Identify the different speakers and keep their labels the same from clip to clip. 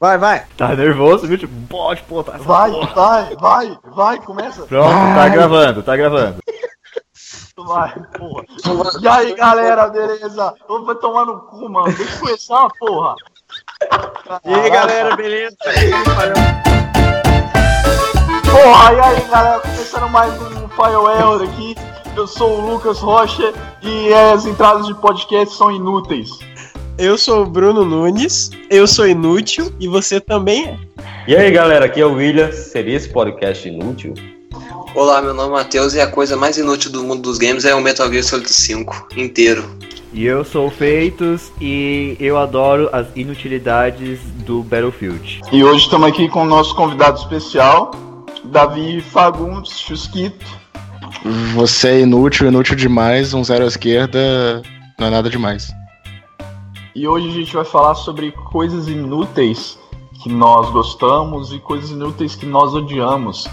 Speaker 1: Vai, vai.
Speaker 2: Tá nervoso, viu? Tipo, pode botar essa
Speaker 3: Vai,
Speaker 2: porra.
Speaker 3: vai, vai, vai, começa.
Speaker 2: Pronto, tá gravando, tá gravando.
Speaker 3: Vai, porra. E aí, galera, beleza? Eu vou tomar no cu, mano. Deixa eu começar, porra.
Speaker 1: E aí, galera, beleza?
Speaker 3: Porra, e aí, galera? Começando mais um Firewell aqui. Eu sou o Lucas Rocha e as entradas de podcast são inúteis.
Speaker 4: Eu sou o Bruno Nunes, eu sou inútil e você também é.
Speaker 5: E aí galera, aqui é o William. Seria esse podcast inútil?
Speaker 6: Olá, meu nome é Matheus e a coisa mais inútil do mundo dos games é o Metal Gear Solid 5 inteiro.
Speaker 2: E eu sou o Feitos e eu adoro as inutilidades do Battlefield.
Speaker 3: E hoje estamos aqui com o nosso convidado especial, Davi Fagundes Chusquito.
Speaker 7: Você é inútil, inútil demais, um zero à esquerda não é nada demais.
Speaker 3: E hoje a gente vai falar sobre coisas inúteis que nós gostamos e coisas inúteis que nós odiamos.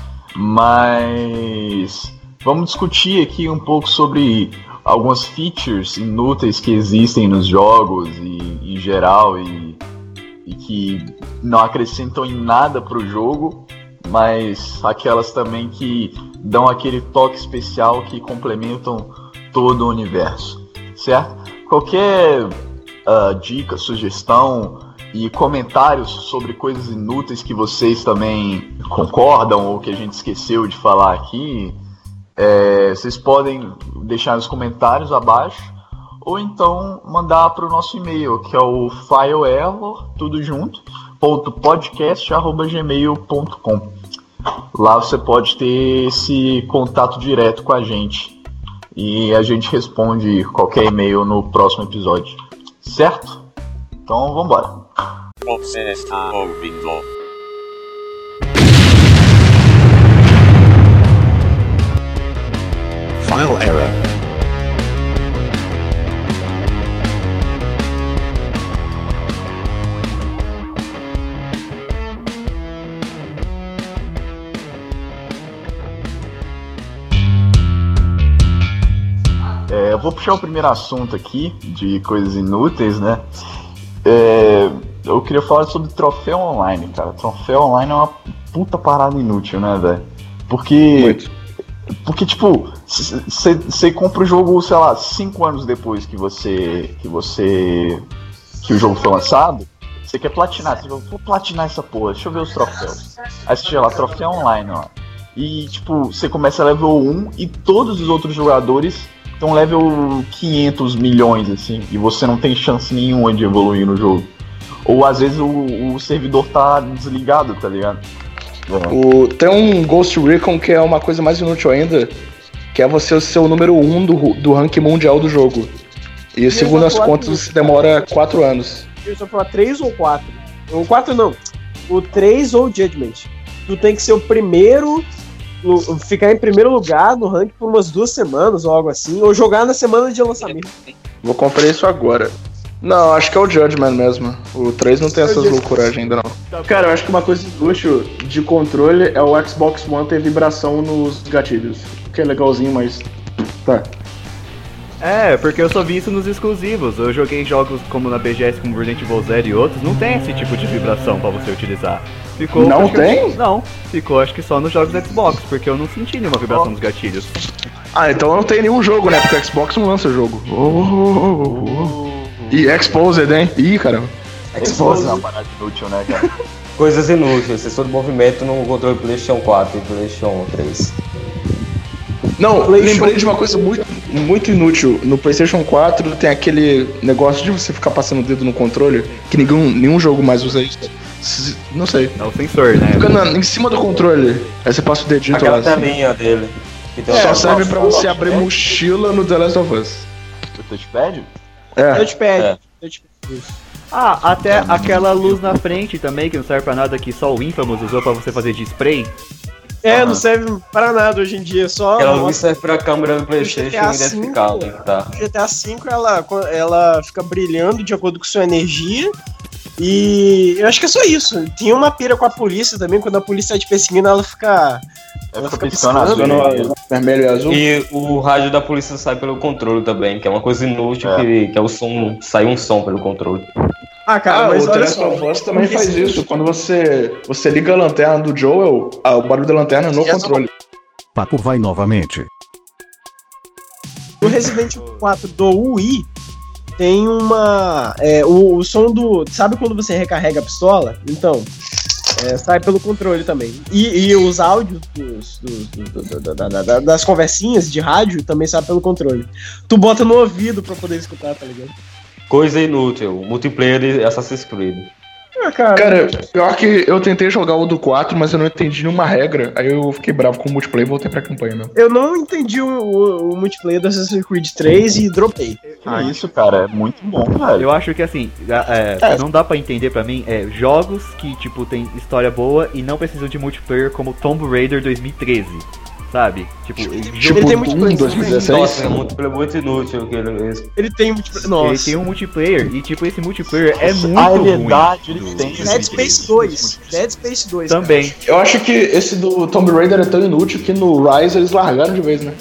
Speaker 3: Mas vamos discutir aqui um pouco sobre algumas features inúteis que existem nos jogos e em geral e, e que não acrescentam em nada pro jogo, mas aquelas também que dão aquele toque especial que complementam todo o universo, certo? Qualquer ah, dica, sugestão e comentários sobre coisas inúteis que vocês também concordam ou que a gente esqueceu de falar aqui, é, vocês podem deixar nos comentários abaixo ou então mandar para o nosso e-mail, que é o fileerror, tudo junto, ponto podcast, arroba gmail.com. Lá você pode ter esse contato direto com a gente. E a gente responde qualquer e-mail no próximo episódio. Certo? Então vambora.
Speaker 8: Você está ouvindo.
Speaker 9: File error.
Speaker 3: É, eu vou puxar o primeiro assunto aqui de coisas inúteis, né? É, eu queria falar sobre troféu online, cara. Troféu online é uma puta parada inútil, né, velho? Porque. Porque, tipo, você compra o jogo, sei lá, cinco anos depois que você. que você. que o jogo foi lançado, você quer platinar, você fala, vou platinar essa porra, deixa eu ver os troféus. Aí você chega lá, troféu online, ó. E, tipo, você começa level 1 e todos os outros jogadores estão level 500 milhões, assim, e você não tem chance nenhuma de evoluir no jogo. Ou às vezes o, o servidor tá desligado, tá ligado? É.
Speaker 7: O, tem um Ghost Recon que é uma coisa mais inútil ainda, que é você ser o número 1 um do, ru- do ranking mundial do jogo. E segundo as
Speaker 4: quatro
Speaker 7: contas,
Speaker 4: minutos,
Speaker 7: isso demora 4 anos.
Speaker 4: Eu só falar três ou quatro. O quatro não. O três ou o Judgment. Tu tem que ser o primeiro, lu- ficar em primeiro lugar no ranking por umas duas semanas ou algo assim, ou jogar na semana de lançamento.
Speaker 7: Vou comprar isso agora. Não, acho que é o Judgment mesmo. O 3 não
Speaker 4: É
Speaker 7: tem
Speaker 4: o
Speaker 7: essas
Speaker 4: Judgment.
Speaker 7: loucuras ainda, não.
Speaker 10: Cara, eu acho que uma coisa inútil de controle é o Xbox One ter vibração nos gatilhos. Que é legalzinho, mas. Tá.
Speaker 2: É, porque eu só vi isso nos exclusivos. Eu joguei jogos como na BGS, como Resident Evil Zero e outros, não tem esse tipo de vibração pra você utilizar. Ficou.
Speaker 10: Não
Speaker 2: acho que-
Speaker 10: tem?
Speaker 2: não, ficou acho que só nos jogos Xbox, porque eu não senti nenhuma vibração nos gatilhos.
Speaker 7: Ah, então não tem nenhum jogo, né? Porque o Xbox não lança jogo. Oh, oh, oh, oh, oh. E Exposed, hein? Ih, caramba.
Speaker 3: Exposed é uma parada inútil, né, cara?
Speaker 5: Coisas inúteis, sensor de movimento no controle PlayStation 4 e PlayStation 3.
Speaker 7: Não, lembrei de uma coisa muito, muito inútil. No PlayStation 4 tem aquele negócio de você ficar passando o dedo no controle, que nenhum, nenhum jogo mais usa isso. S- Não sei.
Speaker 2: É o sensor, né?
Speaker 7: Fica na- em cima do controle, aí você passa o dedinho do
Speaker 5: Aquela
Speaker 7: lado.
Speaker 5: telinha dele. Que tem
Speaker 7: Só
Speaker 4: É,
Speaker 5: uma-
Speaker 7: É, serve pra você
Speaker 3: Nossa,
Speaker 7: abrir
Speaker 4: né?
Speaker 3: nossa.
Speaker 7: mochila no The Last of Us.
Speaker 3: O touchpad?
Speaker 4: Eu
Speaker 7: É,
Speaker 4: te pego.
Speaker 5: É.
Speaker 4: Eu te pego.
Speaker 2: Ah, até aquela luz na frente também, que não serve pra nada, que só o Infamous usou pra você fazer de spray.
Speaker 4: É, não serve pra nada hoje em dia, só
Speaker 5: Aquela luz
Speaker 4: mostra
Speaker 5: serve pra câmera do PlayStation
Speaker 4: GTA V,
Speaker 5: identificada. Tá.
Speaker 4: que o GTA V ela, ela fica brilhando de acordo com sua energia. E eu acho que é só isso. Tinha uma pira com a polícia também, quando a polícia tá te perseguindo, ela fica.
Speaker 3: Ela fica
Speaker 4: fica
Speaker 3: piscando
Speaker 4: piscando,
Speaker 3: azul. né?
Speaker 7: vermelho e azul.
Speaker 5: E o rádio da polícia sai pelo controle também, que é uma coisa inútil
Speaker 3: É.
Speaker 5: que, que é o som. Sai um som pelo controle.
Speaker 4: Ah, cara,
Speaker 7: ah,
Speaker 4: mas
Speaker 7: o The
Speaker 4: olha
Speaker 7: Last
Speaker 4: só.
Speaker 7: of Us também faz isso. Quando você, você liga a lanterna do Joel, ah, o barulho da lanterna é no
Speaker 5: Já só-
Speaker 7: controle.
Speaker 9: Papo vai novamente.
Speaker 4: No Resident Evil 4 do Wii tem uma. é, o, o som do. Sabe quando você recarrega a pistola? Então. é, sai pelo controle também. E, e os áudios dos- dos- do- do- do- da- da- da- das conversinhas de rádio também sai pelo controle. Tu bota no ouvido pra poder escutar, tá ligado?
Speaker 5: Coisa inútil. Multiplayer de Assassin's Creed.
Speaker 4: Ah, cara.
Speaker 7: Cara, pior que eu tentei jogar o do 4, mas eu não entendi nenhuma regra. Aí eu fiquei bravo com o multiplayer e voltei pra campanha mesmo.
Speaker 4: Eu não entendi o, o- o multiplayer do Assassin's Creed 3 e dropei.
Speaker 3: Que isso, cara, é muito bom, velho.
Speaker 2: Eu acho que assim, é, é, não dá pra entender pra mim, é jogos que, tipo, tem história boa e não precisam de multiplayer como Tomb Raider 2013. Sabe? Tipo,
Speaker 7: Tipo,
Speaker 4: tem muito
Speaker 7: Doom
Speaker 4: coisa.
Speaker 7: 2016.
Speaker 5: Nossa, é multiplayer muito inútil. Que ele...
Speaker 4: Ele tem multiplayer.
Speaker 2: ele
Speaker 4: Nossa.
Speaker 2: tem um multiplayer e, tipo, esse multiplayer é muito
Speaker 3: ah, é
Speaker 2: ruim.
Speaker 3: verdade, ele tem.
Speaker 4: Dead Space 2. Dead Space 2. cara.
Speaker 2: Também.
Speaker 7: Eu acho que esse do Tomb Raider é tão inútil que no Rise eles largaram de vez, né?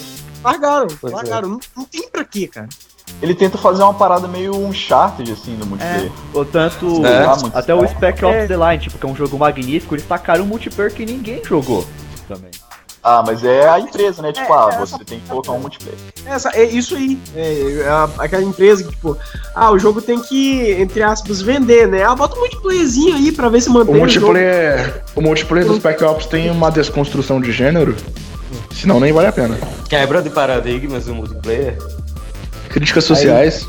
Speaker 4: Largaram,
Speaker 5: Pois é.
Speaker 4: largaram. Não, não tem pra quê, cara.
Speaker 3: Ele tenta fazer uma parada meio Uncharted, assim, no multiplayer.
Speaker 2: Ou tanto,
Speaker 5: É.
Speaker 2: até o Spec Ops The Line, tipo, que é um jogo magnífico, eles tacaram um multiplayer que ninguém jogou. Também.
Speaker 3: Ah, mas é a empresa, né? Tipo,
Speaker 4: É,
Speaker 3: ah,
Speaker 4: é
Speaker 3: você tem que colocar um multiplayer.
Speaker 4: Essa, é isso aí. É, é a- aquela empresa que, tipo, ah, o jogo tem que, entre aspas, vender, né? Ah, bota um multiplayerzinho aí pra ver se
Speaker 7: O
Speaker 4: mantém o, um jogo.
Speaker 7: multiplayer, é- o multiplayer do Spec Ops tem uma desconstrução de gênero, senão nem vale a pena.
Speaker 5: Quebra de paradigmas do multiplayer.
Speaker 7: Críticas sociais.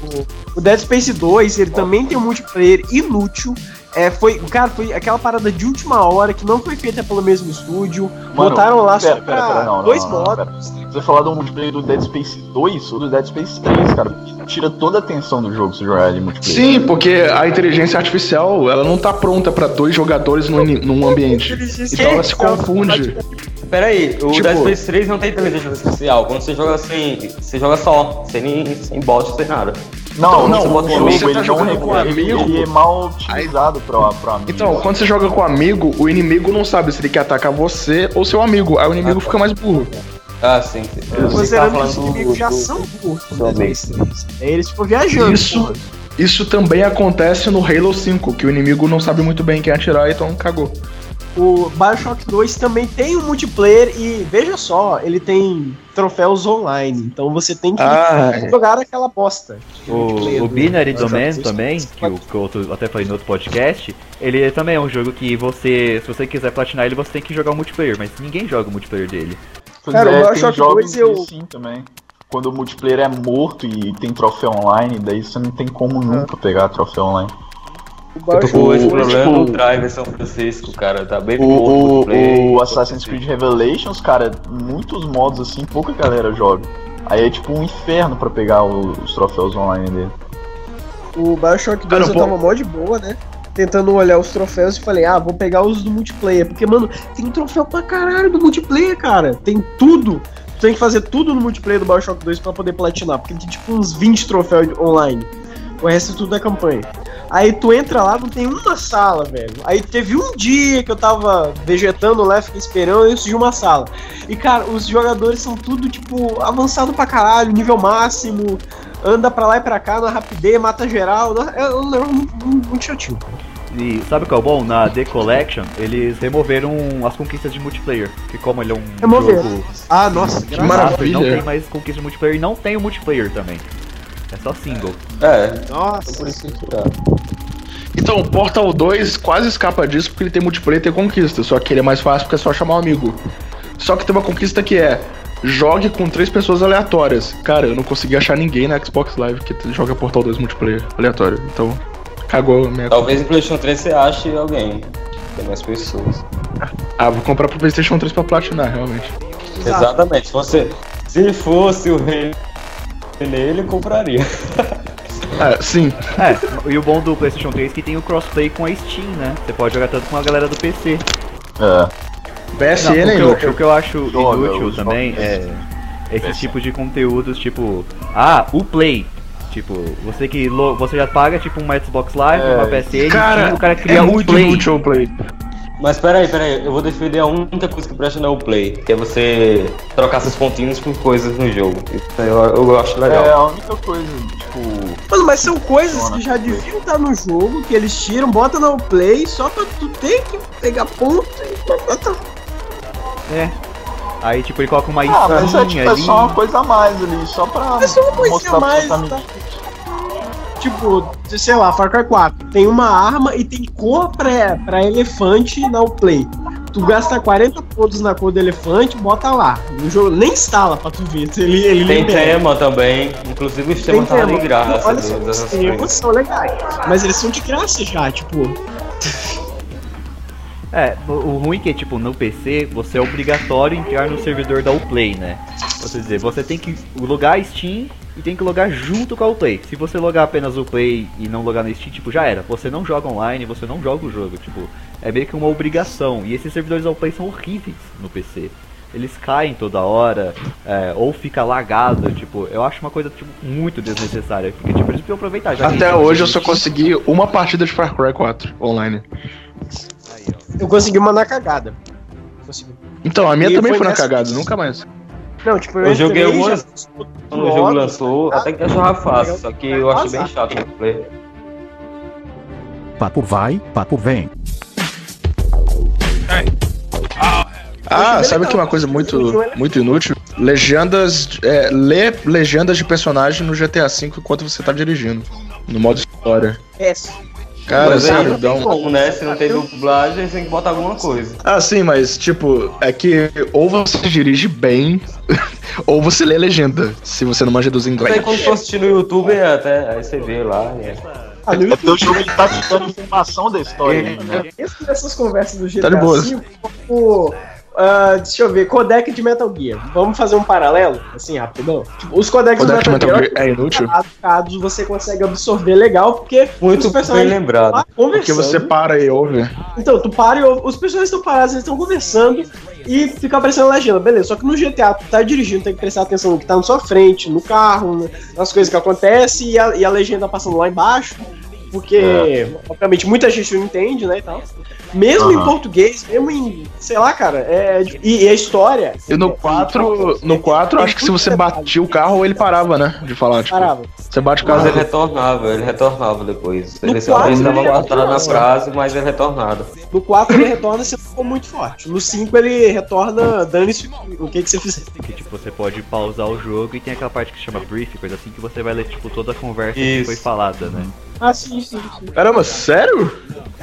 Speaker 4: O Dead Space 2, ele também tem um multiplayer inútil. É, foi, cara, foi aquela parada de última hora que não foi feita pelo mesmo estúdio.
Speaker 3: Mano,
Speaker 4: Botaram lá
Speaker 3: pera,
Speaker 4: só
Speaker 3: pera,
Speaker 4: pra
Speaker 3: pera, não, não,
Speaker 4: dois
Speaker 3: não, não,
Speaker 4: modos.
Speaker 3: Você falar do multiplayer do Dead Space 2 ou do Dead Space 3, cara, porque tira toda a atenção do jogo se jogar ele em multiplayer.
Speaker 7: Sim, porque a inteligência artificial ela não tá pronta pra dois jogadores num, ini- num ambiente. Então ela se confunde.
Speaker 5: Pera aí, o
Speaker 7: Tipo-
Speaker 5: Dead Space 3 não tem inteligência artificial. Quando você joga sem. Você joga só, sem, nem- sem bot, sem nada.
Speaker 3: Não, não,
Speaker 7: Então, não,
Speaker 3: o
Speaker 7: quando
Speaker 3: jogo
Speaker 7: você
Speaker 3: ele
Speaker 7: tá
Speaker 3: não
Speaker 7: jogando com
Speaker 3: reconhece,
Speaker 7: amigo-
Speaker 3: ele é mal otimizado pra, pra mim.
Speaker 7: Então, quando você joga com amigo, o inimigo não sabe se ele quer atacar você ou seu amigo. Aí o inimigo fica mais burro.
Speaker 5: Ah, sim. sim. Você tá
Speaker 4: Considerando que os
Speaker 5: falando do,
Speaker 4: inimigos já
Speaker 5: do,
Speaker 4: são burros no Dead Space 3. É, eles, tipo, viajando.
Speaker 7: Isso,
Speaker 4: porra.
Speaker 7: isso também acontece no Halo 5, que o inimigo não sabe muito bem quem atirar, então cagou.
Speaker 4: O Bioshock 2 também tem um multiplayer e, veja só, ele tem troféus online. Então você tem que
Speaker 7: Ah,
Speaker 4: jogar aquela bosta.
Speaker 2: O,
Speaker 4: né?
Speaker 2: o Binary Domain também, que o que eu outro- até falei no outro podcast, ele também é um jogo que você, se você quiser platinar ele, você tem que jogar o multiplayer, mas ninguém joga o multiplayer dele.
Speaker 3: Pois
Speaker 4: Cara, o
Speaker 3: é, tem
Speaker 4: Bioshock
Speaker 3: jogos
Speaker 4: 2 eu-
Speaker 3: assim também. Quando o multiplayer é morto e tem troféu online, daí você não tem como
Speaker 4: É.
Speaker 3: nunca pegar troféu online.
Speaker 4: O
Speaker 5: Eu tô com esse
Speaker 7: O-
Speaker 5: problema
Speaker 7: tipo-
Speaker 5: do Driver São Francisco, cara. Tá bem
Speaker 3: O,
Speaker 5: pouco
Speaker 3: o-
Speaker 5: multiplayer.
Speaker 3: o Assassin's Creed Revelations, cara, muitos modos assim, pouca galera joga. Aí é tipo um inferno pra pegar o- os troféus online dele.
Speaker 4: O Bioshock 2
Speaker 7: Cara,
Speaker 4: eu
Speaker 7: pô-
Speaker 4: tava mó de boa, né? Tentando olhar os troféus e falei, ah, vou pegar os do multiplayer. Porque, mano, tem troféu pra caralho do multiplayer, cara. Tem tudo. Tu tem que fazer tudo no multiplayer do Bioshock 2 pra poder platinar. Porque tem tipo uns 20 troféus online. O resto é tudo da campanha. Aí tu entra lá, não tem uma sala, velho. Aí teve um dia que eu tava vegetando lá, fiquei esperando, e surgiu uma sala. E, cara, os jogadores são tudo, tipo, avançado pra caralho, nível máximo, anda pra lá e pra cá na rapidez, mata geral. na- É um negócio muito, muito, muito chatinho.
Speaker 2: E sabe o que é o bom? Na The Collection, eles removeram as conquistas de multiplayer, que como ele é um
Speaker 4: Removeram.
Speaker 2: jogo
Speaker 4: Ah, nossa,
Speaker 7: Que maravilha.
Speaker 2: não tem mais conquista de multiplayer e não tem o multiplayer também. É só single.
Speaker 5: É, por
Speaker 4: Nossa.
Speaker 5: isso que tá.
Speaker 7: Então, o Portal 2 quase escapa disso porque ele tem multiplayer e tem conquista. Só que ele é mais fácil porque é só chamar um amigo. Só que tem uma conquista que é jogue com três pessoas aleatórias. Cara, eu não consegui achar ninguém na Xbox Live que t- joga Portal 2 multiplayer aleatório. Então, cagou a minha.
Speaker 5: Talvez no PlayStation 3 você ache alguém. Tem mais pessoas.
Speaker 7: Ah, vou comprar pro PlayStation 3 pra platinar, realmente.
Speaker 5: Exatamente. Se, você, se fosse o rei nele, ele compraria.
Speaker 7: Ah, sim.
Speaker 2: É, e o bom do PlayStation 3 é que tem o crossplay com a Steam, né? Você pode jogar tanto com a galera do PC.
Speaker 3: É.
Speaker 2: Não,
Speaker 7: PSN é
Speaker 2: o, que eu,
Speaker 7: inútil.
Speaker 2: o que eu acho
Speaker 3: Joga,
Speaker 2: inútil
Speaker 3: os
Speaker 2: também
Speaker 3: jogos.
Speaker 2: é esses tipos de conteúdos tipo. Ah, o Play. Tipo, você que lo- você já paga tipo uma Xbox Live,
Speaker 3: É,
Speaker 2: uma PSN,
Speaker 7: cara,
Speaker 2: e o cara
Speaker 7: É
Speaker 2: cria um
Speaker 7: muito
Speaker 2: Play.
Speaker 7: inútil o Play.
Speaker 5: Mas peraí, peraí, eu vou defender a única coisa que presta no play, que é você trocar seus pontinhos por coisas no jogo. Isso eu, eu acho legal.
Speaker 3: É a única coisa, tipo.
Speaker 4: Mano, mas são coisas que já deviam estar no jogo, que eles tiram, botam no play, só pra tu ter que pegar ponto e bota.
Speaker 2: É. Aí, tipo, ele coloca uma
Speaker 3: Ah, mas é, tipo,
Speaker 2: historinha
Speaker 3: é
Speaker 2: ali.
Speaker 3: só uma
Speaker 5: né?
Speaker 3: coisa a mais ali, só pra.
Speaker 4: É só uma coisinha
Speaker 3: mostrar pra
Speaker 4: mais, tá?
Speaker 3: seus amigos.
Speaker 4: Tipo, sei lá, Far Cry 4. Tem uma arma e tem cor pra, pra elefante na play. Tu gasta 40 pontos na cor do elefante, bota lá. O jogo nem instala pra tu ver. se Ele, ele
Speaker 5: Tem
Speaker 4: libera.
Speaker 5: tema também, inclusive os
Speaker 4: Tem
Speaker 5: temas estavam
Speaker 4: tema.
Speaker 5: de graça.
Speaker 4: Olha só,
Speaker 5: do-
Speaker 4: os
Speaker 5: das
Speaker 4: temas
Speaker 5: coisas.
Speaker 4: são legais. Mas eles são de graça já, tipo.
Speaker 2: É, o- o ruim é que, tipo, no PC, você é obrigatório entrar no servidor da Uplay, né? Ou seja, você tem que logar a Steam e tem que logar junto com a Uplay. Se você logar apenas o Uplay e não logar na Steam, tipo, já era. Você não joga online, você não joga o jogo, tipo, é meio que uma obrigação. E esses servidores da Uplay são horríveis no PC. Eles caem toda hora, é, ou fica lagado, tipo, eu acho uma coisa, tipo, muito desnecessária. Porque, tipo, eles podiam aproveitar. já que
Speaker 7: Até
Speaker 2: eles-
Speaker 7: hoje eu só consegui uma partida de Far Cry 4 online.
Speaker 4: Eu consegui uma na cagada. Consegui.
Speaker 7: Então, a minha
Speaker 4: E
Speaker 7: também
Speaker 4: foi
Speaker 7: foi, na
Speaker 4: nessa-
Speaker 7: cagada, nunca mais.
Speaker 4: Não, tipo,
Speaker 5: Eu joguei
Speaker 4: entrei,
Speaker 5: uma
Speaker 4: já-
Speaker 5: Quando o jogo lançou, até que achava fácil, só que eu achei bem chato no play.
Speaker 9: Papo vai, papo vem.
Speaker 7: Ah, sabe que é uma coisa muito, muito inútil? Legendas. É, lê legendas de personagem no GTA V enquanto você tá dirigindo. No modo história.
Speaker 4: Péssimo.
Speaker 7: Cara,
Speaker 5: Mas é aí
Speaker 7: sério,
Speaker 5: não
Speaker 7: dá
Speaker 5: tem
Speaker 7: um.
Speaker 5: como, né? Se não tem dublagem, tem que botar alguma coisa.
Speaker 7: Ah, sim, mas tipo, é que ou você dirige bem, ou você lê a legenda, se você não manja dos
Speaker 5: Mas é
Speaker 7: inglês.
Speaker 5: aí quando for assistir no YouTube, é até aí você vê lá. é.
Speaker 4: Ah, no
Speaker 3: É porque o
Speaker 4: YouTube,
Speaker 3: jogo ele tá te dando informação da história,
Speaker 5: É,
Speaker 3: né?
Speaker 4: mesmo nessas conversas do
Speaker 7: Tá
Speaker 4: GTA
Speaker 7: de boas.
Speaker 4: V, tipo, ah, deixa eu ver, codec de Metal Gear. Vamos fazer um paralelo, assim, rapidão? Tipo, os codecs
Speaker 7: Quando é que
Speaker 4: do
Speaker 7: o
Speaker 4: Metal,
Speaker 7: Metal Gear
Speaker 4: Gear,
Speaker 7: é inútil?
Speaker 4: caducados, você consegue absorver legal, porque
Speaker 5: Muito bem lembrado.
Speaker 4: lá
Speaker 7: Porque
Speaker 4: conversando.
Speaker 7: você para e ouve.
Speaker 4: Então, tu para e ouve- os personagens estão parados, eles estão conversando e fica aparecendo legenda, beleza. Só que no GTA, tu tá dirigindo, tem que prestar atenção no que tá na sua frente, no carro, né, nas coisas que acontecem e a, e a legenda passando lá embaixo. Porque,
Speaker 7: É.
Speaker 4: obviamente, muita gente não entende, né, e tal. Mesmo em
Speaker 3: Aham.
Speaker 4: português, mesmo em, sei lá, cara, é, dif- e, e a história...
Speaker 7: E no 4, no 4, acho que se você batia o carro, ele parava, né? De falar, tipo,
Speaker 4: Parava.
Speaker 7: você bate o
Speaker 5: Mas
Speaker 7: carro.
Speaker 5: ele retornava, ele retornava depois.
Speaker 4: No
Speaker 5: Ele
Speaker 4: quadro,
Speaker 5: talvez
Speaker 4: ele
Speaker 5: dava uma guardada na
Speaker 4: retornava.
Speaker 5: frase, mas ele retornava.
Speaker 4: No 4 ele retorna se ficou muito forte. No 5 ele retorna dane-se o que, que você fizer.
Speaker 2: Que tipo, você pode pausar o jogo e tem aquela parte que se chama brief, coisa assim, que você vai ler tipo toda a conversa que
Speaker 5: Isso.
Speaker 2: foi falada, né?
Speaker 4: Ah, sim, sim, sim.
Speaker 7: Caramba, sério?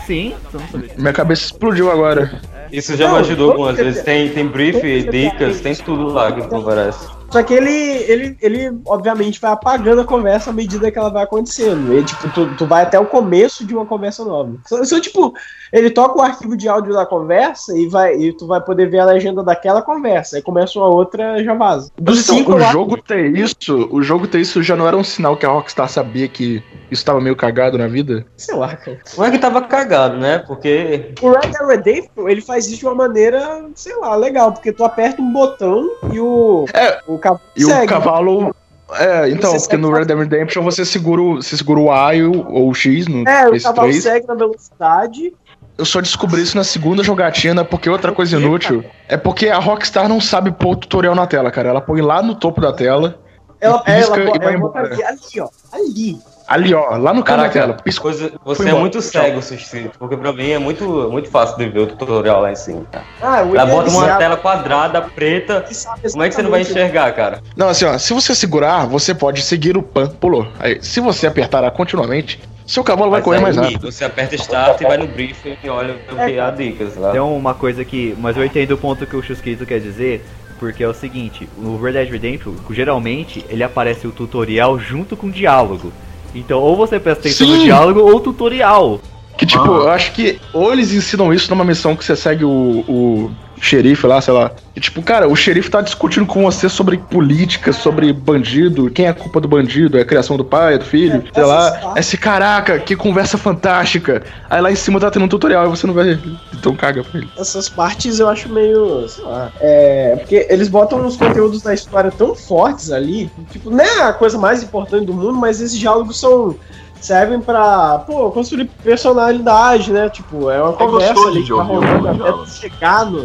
Speaker 2: Sim, vamos saber.
Speaker 7: Minha cabeça explodiu agora.
Speaker 5: Isso já é
Speaker 4: Não,
Speaker 5: me ajudou
Speaker 4: todo
Speaker 5: algumas
Speaker 4: GTA
Speaker 5: vezes. Tem, tem brief,
Speaker 4: todo
Speaker 5: dicas,
Speaker 4: GTA
Speaker 5: tem tudo lá que aparece.
Speaker 4: Só que ele, ele, ele, obviamente, vai apagando a conversa à medida que ela vai acontecendo. E, tipo, tu, tu vai até o começo de uma conversa nova. Só, só, tipo, ele toca o arquivo de áudio da conversa e, vai, e tu vai poder ver a legenda daquela conversa. Aí começa uma outra e já vaza. Dos
Speaker 7: Então,
Speaker 4: cinco
Speaker 7: o
Speaker 4: lá-
Speaker 7: jogo ter isso, o jogo ter isso já não era um sinal que a Rockstar sabia que isso tava meio cagado na vida?
Speaker 4: Sei lá, cara.
Speaker 5: Não é que tava cagado, né? Porque
Speaker 4: O Red Dead Redemption, ele faz isso de uma maneira, sei lá, legal. Porque tu aperta um botão e o,
Speaker 7: É,
Speaker 4: o cavalo
Speaker 7: E o cavalo. É, então,
Speaker 4: Você
Speaker 7: porque no
Speaker 4: segue-
Speaker 7: Red Dead Redemption você segura, o- você segura o A e o- ou o X no
Speaker 4: É, o cavalo
Speaker 7: PS3.
Speaker 4: segue na velocidade.
Speaker 7: Eu só descobri isso na segunda jogatina, porque outra coisa inútil é porque a Rockstar não sabe pôr o tutorial na tela, cara. Ela põe lá no topo da tela,
Speaker 4: Ela,
Speaker 7: E pisca
Speaker 4: ela,
Speaker 7: e
Speaker 4: ela,
Speaker 7: vai
Speaker 4: bota
Speaker 7: embora.
Speaker 4: ali, ali, ó. Ali.
Speaker 7: ali ó, lá no canto da
Speaker 5: Caraca.
Speaker 7: tela. Piscou.
Speaker 5: coisa, você
Speaker 7: Fui
Speaker 5: é
Speaker 7: embora.
Speaker 5: muito
Speaker 7: Tchau.
Speaker 5: cego, Sustrito. Porque pra mim é muito, muito fácil de ver o tutorial lá em cima. cara.
Speaker 4: Ah, o
Speaker 5: Ela bota uma
Speaker 4: idealizado.
Speaker 5: tela quadrada, preta.
Speaker 4: que sabe
Speaker 5: Como é que você não vai
Speaker 4: exatamente.
Speaker 5: enxergar, cara?
Speaker 7: Não, assim, ó, se você segurar, você pode seguir o pan, pulou. Aí, se você apertar A continuamente, seu cavalo vai
Speaker 5: Mas
Speaker 7: correr
Speaker 5: aí
Speaker 7: mais rápido.
Speaker 5: Você aperta start e vai no briefing e olha o
Speaker 4: É.
Speaker 5: que há dicas lá.
Speaker 2: Tem Então, uma coisa que. Mas eu entendo o ponto que o Chusquito quer dizer, porque é o seguinte, o Red Dead Redemption, geralmente, ele aparece o tutorial junto com o diálogo. Então, ou você presta atenção no
Speaker 7: Sim.
Speaker 2: diálogo ou tutorial.
Speaker 7: Que tipo,
Speaker 3: Ah.
Speaker 7: eu acho que ou eles ensinam isso numa missão que você segue o, o xerife lá, sei lá. E tipo, cara, o xerife tá discutindo com você sobre política, sobre bandido, quem é a culpa do bandido, é a criação do pai, é do filho,
Speaker 4: É,
Speaker 7: sei lá.
Speaker 4: assustar.
Speaker 7: Esse caraca, que conversa fantástica. Aí lá em cima tá tendo um tutorial e você não vai. Então caga pra ele.
Speaker 4: Essas partes eu acho meio. sei lá. É. Porque eles botam uns conteúdos da história tão fortes ali. Tipo, não é a coisa mais importante do mundo, mas esses diálogos são. servem pra, pô, construir personalidade, né? Tipo, é uma
Speaker 3: Eu
Speaker 4: conversa
Speaker 3: gostou
Speaker 4: ali
Speaker 3: de
Speaker 4: que tá
Speaker 3: jogo, eu
Speaker 4: rolando
Speaker 3: amo
Speaker 4: até
Speaker 3: jogos.
Speaker 4: chegar no,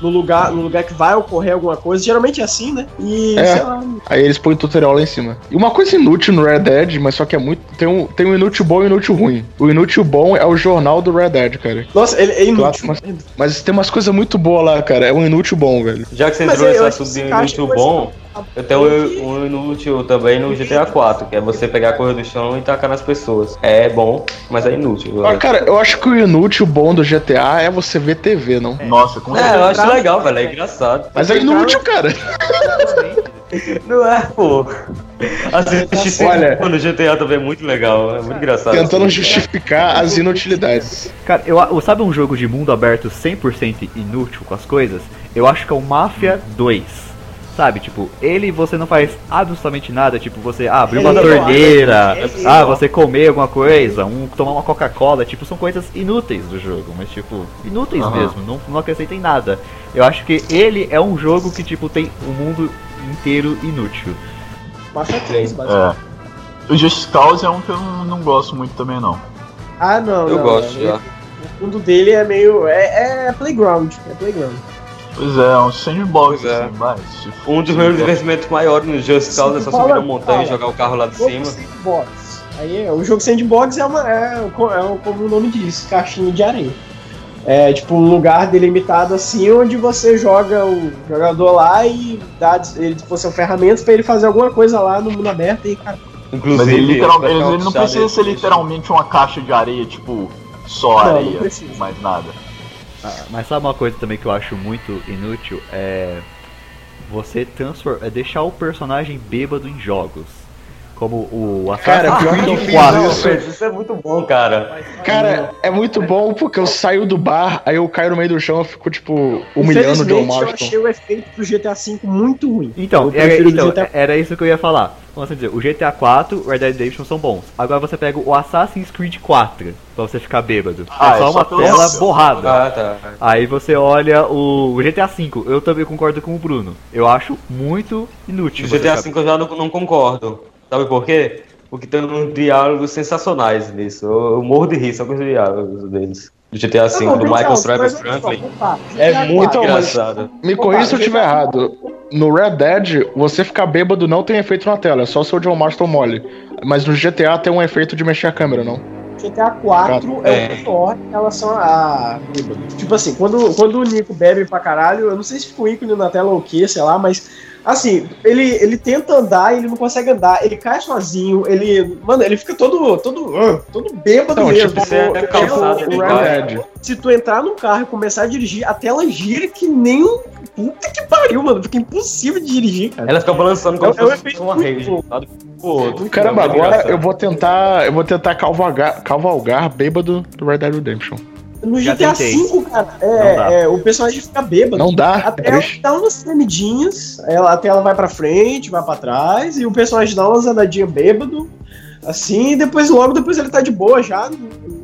Speaker 4: no lugar, no lugar que vai ocorrer alguma coisa. Geralmente é assim, né? E,
Speaker 7: É.
Speaker 4: sei lá,
Speaker 7: Aí eles põem o tutorial lá em cima. E uma coisa inútil no Red Dead, mas só que é muito. Tem um, tem um inútil bom e um inútil ruim. O inútil bom é o jornal do Red Dead, cara.
Speaker 4: nossa, ele é
Speaker 7: Claro,
Speaker 4: inútil.
Speaker 7: mas, mas tem umas coisas muito boas lá, cara. É um inútil bom, velho.
Speaker 5: Já que você
Speaker 4: Mas
Speaker 5: entrou
Speaker 4: eu
Speaker 5: nesse
Speaker 4: acho que
Speaker 5: assunto de
Speaker 4: se encaixa
Speaker 5: inútil
Speaker 4: com esse-
Speaker 5: bom, eu tenho um um inútil também no GTA IV, que é você pegar a coisa do chão e tacar nas pessoas. É bom, mas é inútil. eu
Speaker 7: Ah,
Speaker 5: acho.
Speaker 7: cara, eu acho que o inútil bom do GTA é você ver TV, não?
Speaker 3: Nossa, com
Speaker 5: É,
Speaker 3: certeza.
Speaker 5: eu acho legal, velho. É engraçado.
Speaker 7: Mas é inútil, cara.
Speaker 5: Não é, pô. Assistir
Speaker 7: Olha-
Speaker 5: cinema no GTA também é muito legal. É muito engraçado.
Speaker 7: Tentando
Speaker 5: assim.
Speaker 7: justificar as inutilidades.
Speaker 2: Cara, eu, eu- sabe um jogo de mundo aberto 100% inútil com as coisas? Eu acho que é o Mafia
Speaker 4: Hum.
Speaker 2: 2. Sabe, tipo, ele você não faz absolutamente nada, tipo, você ah, abrir uma
Speaker 4: Ele- é
Speaker 2: torneira,
Speaker 4: ele- é
Speaker 2: ah, você comer alguma coisa, um tomar uma Coca-Cola, tipo, são coisas inúteis do jogo, mas tipo, inúteis
Speaker 3: Aham.
Speaker 2: mesmo, não, não acrescenta em nada. Eu acho que ele é um jogo que, tipo, tem o mundo inteiro inútil.
Speaker 4: Passa três, basicamente.
Speaker 3: É. O Just Cause é um que eu não, não gosto muito também, não.
Speaker 4: Ah, não.
Speaker 5: Eu
Speaker 4: não,
Speaker 5: gosto
Speaker 4: não.
Speaker 5: já.
Speaker 4: O mundo dele é meio. É, é playground. É playground.
Speaker 3: Pois é, é um sandbox,
Speaker 5: Pois é.
Speaker 3: assim, mas... tipo,
Speaker 5: Um dos meus divertimentos maiores no Just Cause é só subir na montanha e jogar o carro lá de
Speaker 4: Jogo
Speaker 5: cima.
Speaker 4: sandbox. Aí, é, o jogo sandbox é, uma, é, o co- é o- como o nome diz, caixinha de areia. É tipo um lugar delimitado assim, onde você joga o jogador lá e dá, ele, tipo, são ferramentas pra ele fazer alguma coisa lá no mundo aberto e cara.
Speaker 3: Mas ele,
Speaker 5: Inclusive,
Speaker 3: literal-
Speaker 5: o pessoal
Speaker 3: ele- ele não
Speaker 5: que é sabe-
Speaker 3: precisa ser literalmente uma caixa de areia, tipo, só
Speaker 4: Não, não
Speaker 3: areia,
Speaker 4: precisa.
Speaker 3: mais nada.
Speaker 2: Ah, Mas sabe uma coisa também que eu acho muito inútil? É você transfor- é deixar o personagem bêbado em jogos. Como é o
Speaker 7: Cara,
Speaker 2: Assassin's
Speaker 7: pior que
Speaker 2: Creed
Speaker 7: eu fiz
Speaker 2: 4.
Speaker 7: isso.
Speaker 5: Pedro, Isso é muito bom, cara.
Speaker 7: Cara, é muito bom porque eu saio do bar, aí eu caio no meio do chão e fico, tipo, humilhando o John
Speaker 4: Infelizmente, eu
Speaker 7: Marston.
Speaker 4: achei o efeito do GTA V muito ruim.
Speaker 2: Então,
Speaker 4: Eu
Speaker 2: era,
Speaker 4: prefiro o
Speaker 2: então,
Speaker 7: tá-
Speaker 4: GTA.
Speaker 2: era isso que eu ia falar. Vamos assim dizer, o GTA 4 o Red Dead Redemption são bons. Agora você pega o Assassin's Creed 4 pra você ficar bêbado.
Speaker 3: Ah,
Speaker 2: é
Speaker 3: é
Speaker 2: só
Speaker 3: só
Speaker 2: uma
Speaker 3: pelo-
Speaker 2: tela
Speaker 3: Nossa.
Speaker 2: borrada.
Speaker 5: Ah, tá.
Speaker 2: Aí você olha o o GTA V. Eu também concordo com o Bruno. Eu acho muito inútil.
Speaker 5: No
Speaker 2: você
Speaker 5: GTA
Speaker 2: ficar-
Speaker 5: V eu já não, não concordo. Sabe por quê? Porque tem uns diálogos sensacionais nisso. Eu, eu morro de rir só com os diálogos deles. Do GTA V, Assim,
Speaker 4: então,
Speaker 5: do Michael Striker Franklin.
Speaker 7: É muito
Speaker 5: Muito
Speaker 7: Então, mas-
Speaker 5: engraçado.
Speaker 7: Me corrija se eu estiver errado. No Red Dead, você ficar bêbado não tem efeito na tela, é só se o John Marston mole. Mas no GTA tem um efeito de mexer a câmera, não?
Speaker 4: GTA 4 é,
Speaker 5: É.
Speaker 4: o pior em relação a. Tipo assim, quando, quando o Nico bebe pra caralho, eu não sei se fica um ícone na tela ou o que, sei lá, mas. Assim, ele, ele tenta andar e ele não consegue andar, ele cai sozinho, ele. Mano, ele fica todo. todo. ah, todo bêbado
Speaker 7: Não,
Speaker 4: mesmo.
Speaker 7: tipo,
Speaker 5: você é até calçado, né?
Speaker 4: Tipo,
Speaker 5: ele
Speaker 4: o
Speaker 5: vai.
Speaker 4: Red Dead. Se tu entrar no carro e começar a dirigir, a tela gira que nem um. Puta que pariu, mano. Fica impossível de dirigir, cara.
Speaker 5: Ela fica balançando
Speaker 4: É- é
Speaker 5: como
Speaker 4: um
Speaker 5: se fosse
Speaker 4: efeito
Speaker 5: uma
Speaker 4: muito
Speaker 5: rede.
Speaker 4: bom.
Speaker 5: sabe? Tipo, Pô,
Speaker 7: Caramba,
Speaker 5: muito
Speaker 7: agora
Speaker 5: engraçado.
Speaker 7: eu vou tentar. Eu vou tentar cavalgar, cavalgar bêbado do Red Dead Redemption.
Speaker 4: No
Speaker 2: Já
Speaker 4: GTA
Speaker 2: tentei.
Speaker 4: V, cara,
Speaker 2: Não dá.
Speaker 4: é, é, o personagem fica bêbado.
Speaker 7: Não dá, é
Speaker 4: Até ela
Speaker 7: triste.
Speaker 4: dá umas tremidinhas, ela, até ela vai pra frente, vai pra trás, e o personagem dá umas andadinhas bêbado, assim, e depois logo depois ele tá de boa já.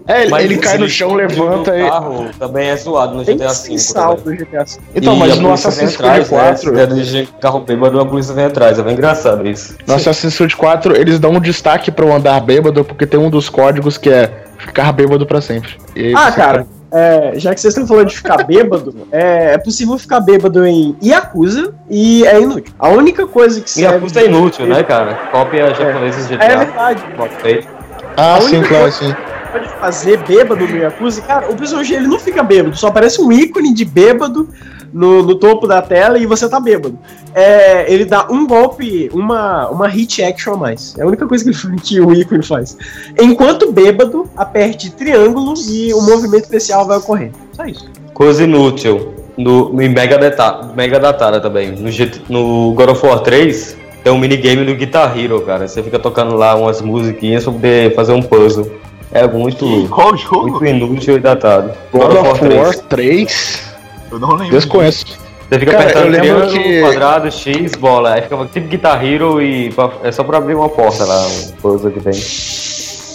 Speaker 7: É, ele,
Speaker 5: Mas
Speaker 7: ele cai
Speaker 5: esse
Speaker 7: no chão,
Speaker 5: brilho do
Speaker 7: levanta e.
Speaker 5: carro também é zoado no
Speaker 4: Tem
Speaker 5: GTA V.
Speaker 4: que sal do GTA V.
Speaker 7: Então,
Speaker 5: E a
Speaker 7: mas no
Speaker 5: polícia
Speaker 7: Assassin's
Speaker 5: vem
Speaker 7: Creed
Speaker 5: atrás, né?
Speaker 7: 4.
Speaker 5: É do jeito que carro bêbado, a polícia vem atrás. É bem engraçado isso.
Speaker 7: No Assassin's Creed 4, eles dão um destaque pra eu andar bêbado, porque tem um dos códigos que é ficar bêbado pra sempre. E aí
Speaker 4: Ah,
Speaker 7: você-
Speaker 4: cara, é, já que vocês estão falando de ficar bêbado, é, é possível ficar bêbado em Yakuza e é inútil. A única coisa que
Speaker 5: E
Speaker 4: serve.
Speaker 5: a custa é inútil, né, cara? Cópia japonesa de
Speaker 4: É
Speaker 5: GTA.
Speaker 4: verdade,
Speaker 5: mal feito.
Speaker 7: Ah,
Speaker 4: a
Speaker 7: sim,
Speaker 4: única
Speaker 7: claro, sim.
Speaker 4: pode fazer bêbado no Yakuza, cara, o personagem ele não fica bêbado, só aparece um ícone de bêbado no, no topo da tela e você tá bêbado. É, ele dá um golpe, uma, uma hit action a mais. É a única coisa que, ele- que o ícone faz. Enquanto bêbado, aperte triângulo e o movimento especial vai ocorrendo. Só isso.
Speaker 5: Coisa inútil. No, no Mega, Data, Mega Datara também. No, G- no God of War 3 tem um minigame do Guitar Hero, cara. Você fica tocando lá umas musiquinhas pra poder fazer um puzzle. É muito,
Speaker 3: E qual jogo?
Speaker 5: muito inútil e datado.
Speaker 7: God of War 3?
Speaker 3: Eu não lembro.
Speaker 7: Desconheço.
Speaker 5: Você fica
Speaker 7: Cara, eu
Speaker 5: apertando
Speaker 7: lembro
Speaker 5: triângulo,
Speaker 7: que-
Speaker 5: quadrado, X, bola. Aí fica tipo Guitar Hero e pra- é só pra abrir uma porta lá, um puzzle que tem.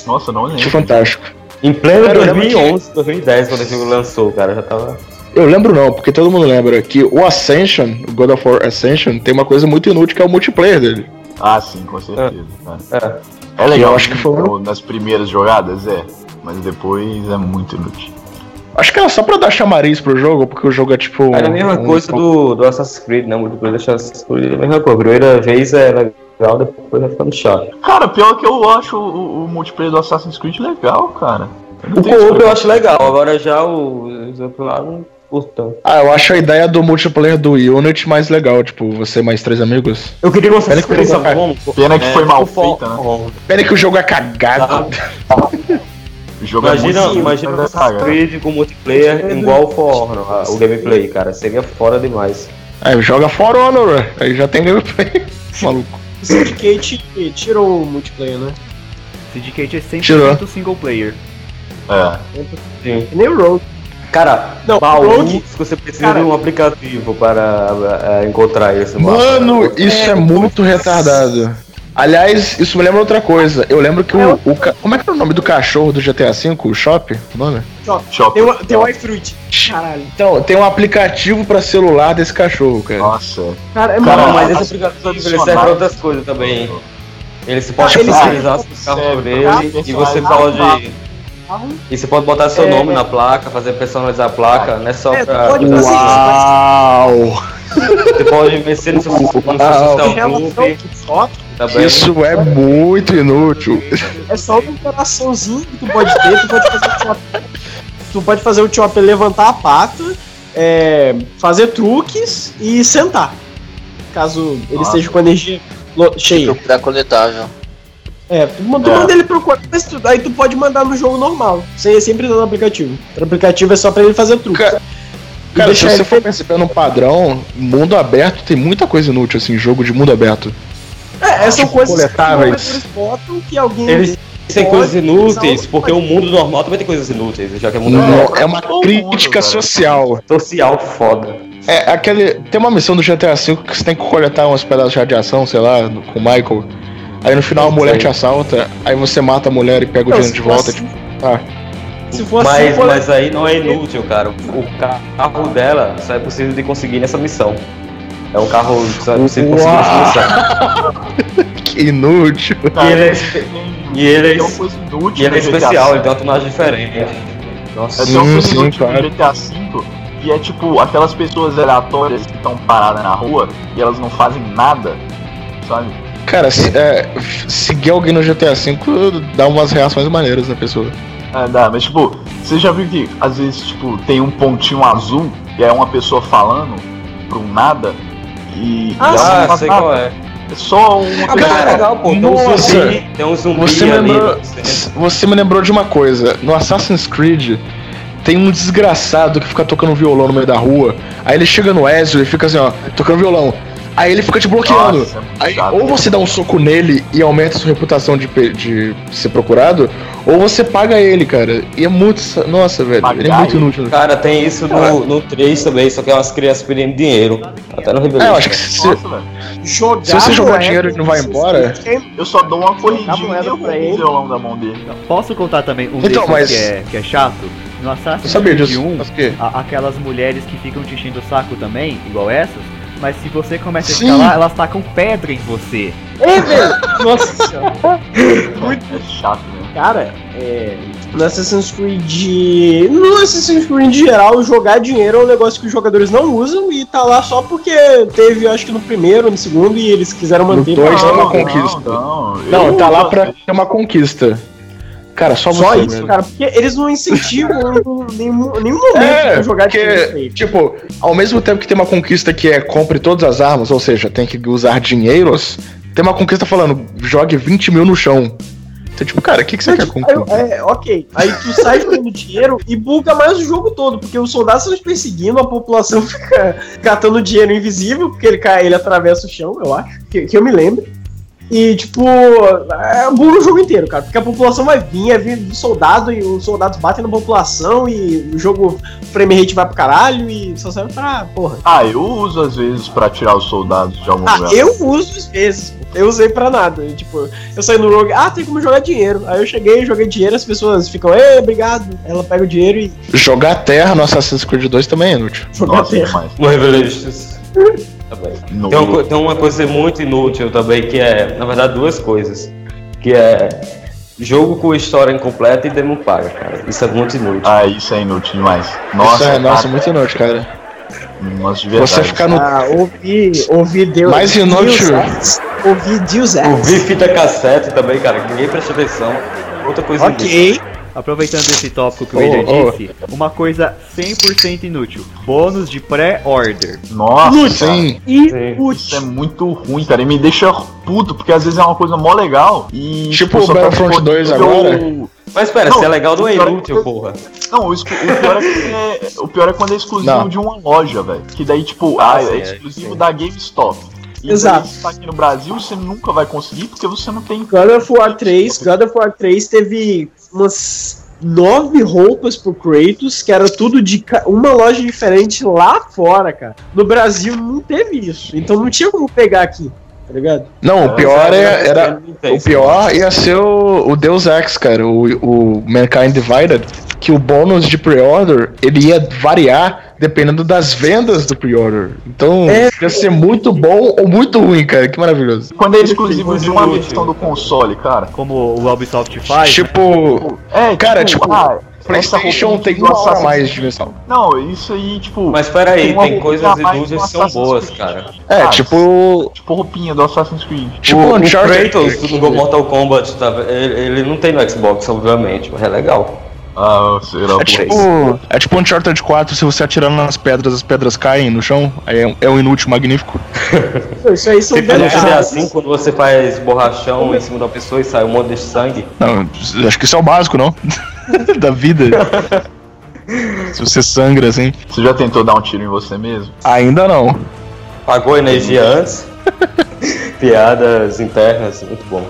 Speaker 3: Nossa, eu não
Speaker 7: Acho
Speaker 3: lembro.
Speaker 7: fantástico.
Speaker 5: Em pleno
Speaker 7: Cara, eu lembro
Speaker 5: 2011, 2010, quando o jogo lançou, cara, já tava...
Speaker 7: Eu lembro não, porque todo mundo lembra que o Ascension, o God of War Ascension, tem uma coisa muito inútil que é o multiplayer dele.
Speaker 3: Ah, sim, com certeza.
Speaker 5: É.
Speaker 3: É, legal, acho que foi nas primeiras jogadas, é. Mas depois é muito inútil.
Speaker 7: Acho que era só pra dar chamariz pro jogo, porque o jogo é tipo.
Speaker 5: Era a mesma
Speaker 7: um-
Speaker 5: coisa do, do Assassin's Creed, né? O multiplayer do Assassin's Creed é a mesma coisa. A primeira vez é legal, depois vai ficando chato.
Speaker 3: Cara, pior que eu acho o, o multiplayer do Assassin's Creed legal, cara.
Speaker 5: O co-op eu acho legal, agora já o- os outros lá não curto tanto.
Speaker 7: Ah, eu acho a ideia do multiplayer do Unity mais legal, tipo, você mais três amigos.
Speaker 5: Eu queria uma
Speaker 7: Pena que foi,
Speaker 5: experiência
Speaker 7: ca-
Speaker 5: bom.
Speaker 3: Pena que
Speaker 5: É.
Speaker 3: foi mal feita, né?
Speaker 5: bom.
Speaker 7: pena que o jogo é cagado.
Speaker 5: Ah.
Speaker 3: O jogo
Speaker 5: Imagina,
Speaker 3: é muito
Speaker 5: imagina o
Speaker 3: mas é
Speaker 5: Assassin's
Speaker 3: cagado.
Speaker 5: Creed com multiplayer igual o For Honor, a- o gameplay, cara. Seria foda demais.
Speaker 7: Aí joga For Honor, ué. aí já tem gameplay. Maluco.
Speaker 4: O Syndicate tirou o multiplayer, né?
Speaker 2: Syndicate é 100%
Speaker 7: Tirou.
Speaker 2: single player.
Speaker 3: É.
Speaker 5: Sim.
Speaker 4: É nem o Road.
Speaker 5: Cara,
Speaker 4: Não,
Speaker 5: baú,
Speaker 4: Rogue-
Speaker 5: se você precisa
Speaker 4: cara-
Speaker 5: de um aplicativo para é, encontrar esse mapa.
Speaker 7: Mano, isso é muito retardado. Aliás, isso me lembra outra coisa. Eu lembro que o. o ca- Como é que era o nome do cachorro do GTA V? O Shop? O nome?
Speaker 3: Shopping.
Speaker 4: Tem o, tem o iFruit. Caralho.
Speaker 7: Então, tem um aplicativo pra celular desse cachorro, cara.
Speaker 3: Nossa.
Speaker 4: Cara, é
Speaker 3: Cara,
Speaker 5: Não,
Speaker 4: mano.
Speaker 5: mas
Speaker 3: as
Speaker 5: esse aplicativo ele serve
Speaker 3: funcionárias-
Speaker 5: para outras coisas também. Ele se pode
Speaker 4: Ah, ele
Speaker 5: personalizar
Speaker 4: serve-
Speaker 5: os carros
Speaker 3: serve
Speaker 5: por
Speaker 3: pra
Speaker 5: ele e você
Speaker 3: personalizar
Speaker 5: pode.
Speaker 4: carro.
Speaker 5: E você pode botar seu
Speaker 4: É.
Speaker 5: nome na placa, fazer personalizar a placa, não é só
Speaker 4: É,
Speaker 5: pra.
Speaker 4: pode fazer isso,
Speaker 7: Uau!
Speaker 5: Você pode vencer no seu, no seu tá
Speaker 4: mas em
Speaker 5: social
Speaker 4: relação
Speaker 5: clube
Speaker 4: ao
Speaker 5: também.
Speaker 7: Isso é muito inútil.
Speaker 4: É só um coraçãozinho que tu pode ter, tu pode fazer o Chopper. Tu pode fazer o Chopper levantar a pata, é, fazer truques e sentar. Caso ele
Speaker 3: Ah.
Speaker 4: esteja com a energia lo- cheia.
Speaker 6: Truque da coletável.
Speaker 4: É, tu, ma- tu
Speaker 3: É.
Speaker 4: manda ele procurar, mas tu, aí tu pode mandar no jogo normal. Sem, sempre no aplicativo. O aplicativo é só pra ele fazer truques.
Speaker 7: Cara,
Speaker 4: E
Speaker 7: Cara, se
Speaker 4: deixar
Speaker 7: você
Speaker 4: ele
Speaker 7: for percebendo um padrão, mundo aberto tem muita coisa inútil, assim, jogo de mundo aberto.
Speaker 4: É, são
Speaker 7: tipo,
Speaker 4: coisas
Speaker 7: coletáveis.
Speaker 4: que os programadores botam que alguém.
Speaker 5: Eles têm coisas
Speaker 4: pode
Speaker 5: inúteis,
Speaker 4: usar
Speaker 5: porque o mundo normal também tem coisas inúteis, já que é mundo
Speaker 7: Não, é uma
Speaker 3: todo mundo,
Speaker 7: crítica
Speaker 3: cara.
Speaker 7: social.
Speaker 5: social foda.
Speaker 7: É aquele. Tem uma missão do GTA V que você tem que coletar uns pedaços de radiação, sei lá, no- com o Michael. Aí no final a mulher te assalta, aí você mata a mulher e pega o
Speaker 4: Não,
Speaker 7: dinheiro
Speaker 4: se
Speaker 7: de
Speaker 4: for
Speaker 7: volta.
Speaker 4: assim-
Speaker 7: Tipo, ah,
Speaker 4: Se for assim,
Speaker 5: tá. mas,
Speaker 4: pode-
Speaker 5: mas aí não é inútil, cara. O carro dela só é possível de conseguir nessa missão. É um carro que só é possível de conseguir nessa missão.
Speaker 7: que inútil.
Speaker 3: Cara,
Speaker 5: ele é-
Speaker 3: tem-
Speaker 5: e ele é
Speaker 3: tem uma
Speaker 5: es-
Speaker 3: coisa inútil
Speaker 5: E ele é
Speaker 3: no GTA
Speaker 5: especial, ele
Speaker 3: V.
Speaker 5: tem uma tonagem diferente. Nossa.
Speaker 3: É só
Speaker 7: Sim,
Speaker 3: um sim,
Speaker 7: sim, claro.
Speaker 3: do GTA V e é tipo aquelas pessoas aleatórias que estão paradas na rua e elas não fazem nada, sabe?
Speaker 7: Cara, se- é, f- seguir alguém no GTA V dá umas reações maneiras na pessoa.
Speaker 3: É, dá, mas tipo, você já viu que às vezes tipo tem um pontinho azul e é uma pessoa falando pro nada e, e ela não
Speaker 5: Ah,
Speaker 3: faz
Speaker 5: sei
Speaker 3: nada.
Speaker 5: qual é.
Speaker 3: É só
Speaker 7: Ah,
Speaker 3: uma
Speaker 5: mas é
Speaker 3: pessoa.
Speaker 5: legal, pô. Tem um
Speaker 7: Nossa.
Speaker 5: zumbi, tem um zumbi
Speaker 7: Você me,
Speaker 5: ali.
Speaker 7: lembrou,
Speaker 5: Você-
Speaker 7: você me lembrou de uma coisa. No Assassin's Creed tem um desgraçado que fica tocando violão no meio da rua. Aí ele chega no Ezio e fica assim, ó, tocando violão. Aí ele fica te bloqueando.
Speaker 3: Nossa, é muito
Speaker 7: Aí,
Speaker 3: chato.
Speaker 7: ou você dá um soco nele e aumenta sua reputação de, pe- de ser procurado, ou você paga ele, cara. E é muito. sa- Nossa, velho.
Speaker 3: Pagar
Speaker 7: ele é muito
Speaker 3: ele?
Speaker 7: inútil.
Speaker 5: Cara, tem isso no, no 3 também, só que elas crianças pedindo dinheiro. Até no Rebelão.
Speaker 7: É, eu acho que se,
Speaker 3: Nossa, velho.
Speaker 4: jogar
Speaker 7: se você jogar
Speaker 4: moeda-
Speaker 7: dinheiro e não vai embora.
Speaker 3: Eu só dou uma
Speaker 4: Dá
Speaker 3: corridinha
Speaker 4: moeda
Speaker 3: e eu
Speaker 4: pra
Speaker 3: pego o
Speaker 4: ele.
Speaker 3: violão da mão dele.
Speaker 2: Posso contar também um
Speaker 7: Então,
Speaker 2: desses
Speaker 7: mas-
Speaker 2: que, é, que é chato? No
Speaker 7: Eu
Speaker 2: Assassin's
Speaker 7: sabia
Speaker 2: Creed
Speaker 7: disso.
Speaker 2: 1,
Speaker 7: Mas o quê?
Speaker 2: a- aquelas mulheres que ficam te enchendo o saco também, igual essas, mas se você começa a
Speaker 7: Sim.
Speaker 2: ficar lá, elas tacam pedra em você.
Speaker 4: É, velho! Nossa senhora.
Speaker 3: É chato, né?
Speaker 4: Cara, é, no Assassin's Creed. No Assassin's Creed em geral, jogar dinheiro é um negócio que os jogadores não usam e tá lá só porque teve, acho que no primeiro, no segundo, e eles quiseram manter.
Speaker 7: dois, Mas
Speaker 4: pra-
Speaker 7: é uma conquista.
Speaker 3: Não,
Speaker 7: Não,
Speaker 3: eu-
Speaker 7: tá lá pra ter uma conquista. Cara, só você.
Speaker 4: Só isso,
Speaker 7: velho.
Speaker 4: cara, porque eles não incentivam em nenhum, nenhum momento
Speaker 7: É,
Speaker 4: pra jogar dinheiro.
Speaker 7: porque,
Speaker 4: feio.
Speaker 7: tipo, ao mesmo tempo que tem uma conquista que é compre todas as armas, ou seja, tem que usar dinheiros, tem uma conquista falando, jogue 20 mil no chão. Então, tipo, cara, o que, que você
Speaker 4: Mas,
Speaker 7: quer
Speaker 4: tipo,
Speaker 7: conquistar?
Speaker 4: aí- é, ok. Aí tu sai jogando dinheiro e buga mais o jogo todo, porque os soldados estão te perseguindo, a população fica catando dinheiro invisível, porque ele cai, ele atravessa o chão, eu acho, que, que eu me lembro. E, tipo, é, buga o jogo inteiro, cara. Porque a população vai vir, é vir soldado e os soldados batem na população e o jogo frame rate vai pro caralho e só serve pra porra.
Speaker 3: Ah, eu uso às vezes pra tirar os soldados de algum
Speaker 4: Ah,
Speaker 3: lugar.
Speaker 4: eu uso às vezes. pô. Eu usei pra nada. E, Tipo, eu saí no rogue, ah, tem como jogar dinheiro. Aí eu cheguei, joguei dinheiro, as pessoas ficam, ei, obrigado. Ela pega o dinheiro e
Speaker 7: Jogar terra no Assassin's Creed 2 também é inútil.
Speaker 4: joga
Speaker 3: Nossa,
Speaker 4: terra.
Speaker 3: demais.
Speaker 5: No Revelations. também. Tem uma, co- tem uma coisa muito inútil também, que é, na verdade, duas coisas. Que é jogo com história incompleta e demo paga, cara. Isso é muito inútil.
Speaker 3: Ah, isso é inútil demais.
Speaker 7: Nossa,
Speaker 3: Nossa,
Speaker 7: isso é, nossa
Speaker 3: cara.
Speaker 7: muito inútil, cara.
Speaker 3: Nossa, de verdade.
Speaker 7: Você ficar no.
Speaker 4: Ah, ouvi, ouvi Deus.
Speaker 7: Mais inútil.
Speaker 4: Deus Ex, Ouvi Deus Ex.
Speaker 5: Ouvir fita cassete também, cara, que ninguém presta atenção. Outra coisa inútil.
Speaker 4: Ok.
Speaker 2: Aproveitando esse tópico que o
Speaker 7: Oh,
Speaker 2: William
Speaker 7: oh.
Speaker 2: disse, uma coisa 100% inútil: bônus de pré-order.
Speaker 3: Nossa, cara,
Speaker 7: Sim.
Speaker 3: isso é muito ruim, cara. E me deixa puto, porque às vezes é uma coisa mó legal. E,
Speaker 7: Tipo o
Speaker 3: só tá
Speaker 7: Battlefront
Speaker 3: disponível-
Speaker 7: 2 agora.
Speaker 5: Mas pera,
Speaker 3: Não,
Speaker 5: se é legal, não é
Speaker 3: cara,
Speaker 5: inútil,
Speaker 3: eu-
Speaker 5: porra.
Speaker 3: Não, o, exclu- o pior, é que é, o pior é quando é exclusivo
Speaker 7: Não.
Speaker 3: de uma loja, velho. Que daí, tipo, ah,
Speaker 5: sim,
Speaker 3: é
Speaker 5: é,
Speaker 3: exclusivo
Speaker 5: sim.
Speaker 3: da GameStop. E
Speaker 4: Exato.
Speaker 3: Se tá aqui no Brasil, você nunca vai conseguir porque você não tem.
Speaker 4: God of War 3, God of War 3 teve umas nove roupas pro Kratos, que era tudo de ca- uma loja diferente lá fora, cara. No Brasil não teve isso, então não tinha como pegar aqui, tá ligado?
Speaker 7: Não, o pior é- era.
Speaker 5: Não tem
Speaker 7: O
Speaker 5: isso.
Speaker 7: pior ia ser o, o Deus Ex, cara, o, o Mankind Divided, que o bônus de pre-order ele ia variar dependendo das vendas do pre-order. Então
Speaker 4: É.
Speaker 7: ia ser muito bom ou muito ruim, cara, que maravilhoso.
Speaker 3: Quando é exclusivo de uma
Speaker 5: inútil.
Speaker 3: versão do console, cara.
Speaker 2: Como o Ubisoft faz. né?
Speaker 7: Tipo,
Speaker 3: É,
Speaker 7: Cara, tipo,
Speaker 3: ah,
Speaker 7: PlayStation
Speaker 3: essa
Speaker 7: tem
Speaker 3: roupinha
Speaker 7: uma
Speaker 3: do
Speaker 7: hora a
Speaker 3: Assassin's
Speaker 7: mais de versão.
Speaker 3: Não, isso aí, tipo.
Speaker 5: Mas peraí,
Speaker 3: uma
Speaker 5: tem
Speaker 3: roupinha
Speaker 5: coisas
Speaker 3: a mais
Speaker 5: inúteis
Speaker 3: do
Speaker 5: que são
Speaker 3: Assassin's
Speaker 5: boas,
Speaker 3: Creed.
Speaker 5: cara.
Speaker 7: É,
Speaker 3: Ah,
Speaker 7: tipo.
Speaker 3: Tipo roupinha do Assassin's Creed.
Speaker 7: Tipo
Speaker 5: o, o
Speaker 7: Uncharted. É
Speaker 5: Kratos no Mortal Kombat, tá, ele, ele não tem no Xbox, obviamente, mas é legal.
Speaker 3: Ah, será
Speaker 7: É tipo, é tipo Uncharted 4, se você atirando nas pedras, as pedras caem no chão. Aí é, um- é um inútil magnífico.
Speaker 4: Então, isso aí são
Speaker 5: Se Tipo, no GTA
Speaker 4: detalhes.
Speaker 5: V, quando você faz borrachão em cima da pessoa e sai um monte de sangue,
Speaker 7: Não, acho que isso é o básico, não? da vida. se você sangra assim.
Speaker 3: Você já tentou dar um tiro em você mesmo?
Speaker 7: Ainda não.
Speaker 5: pagou a energia antes. Piadas internas, muito bom.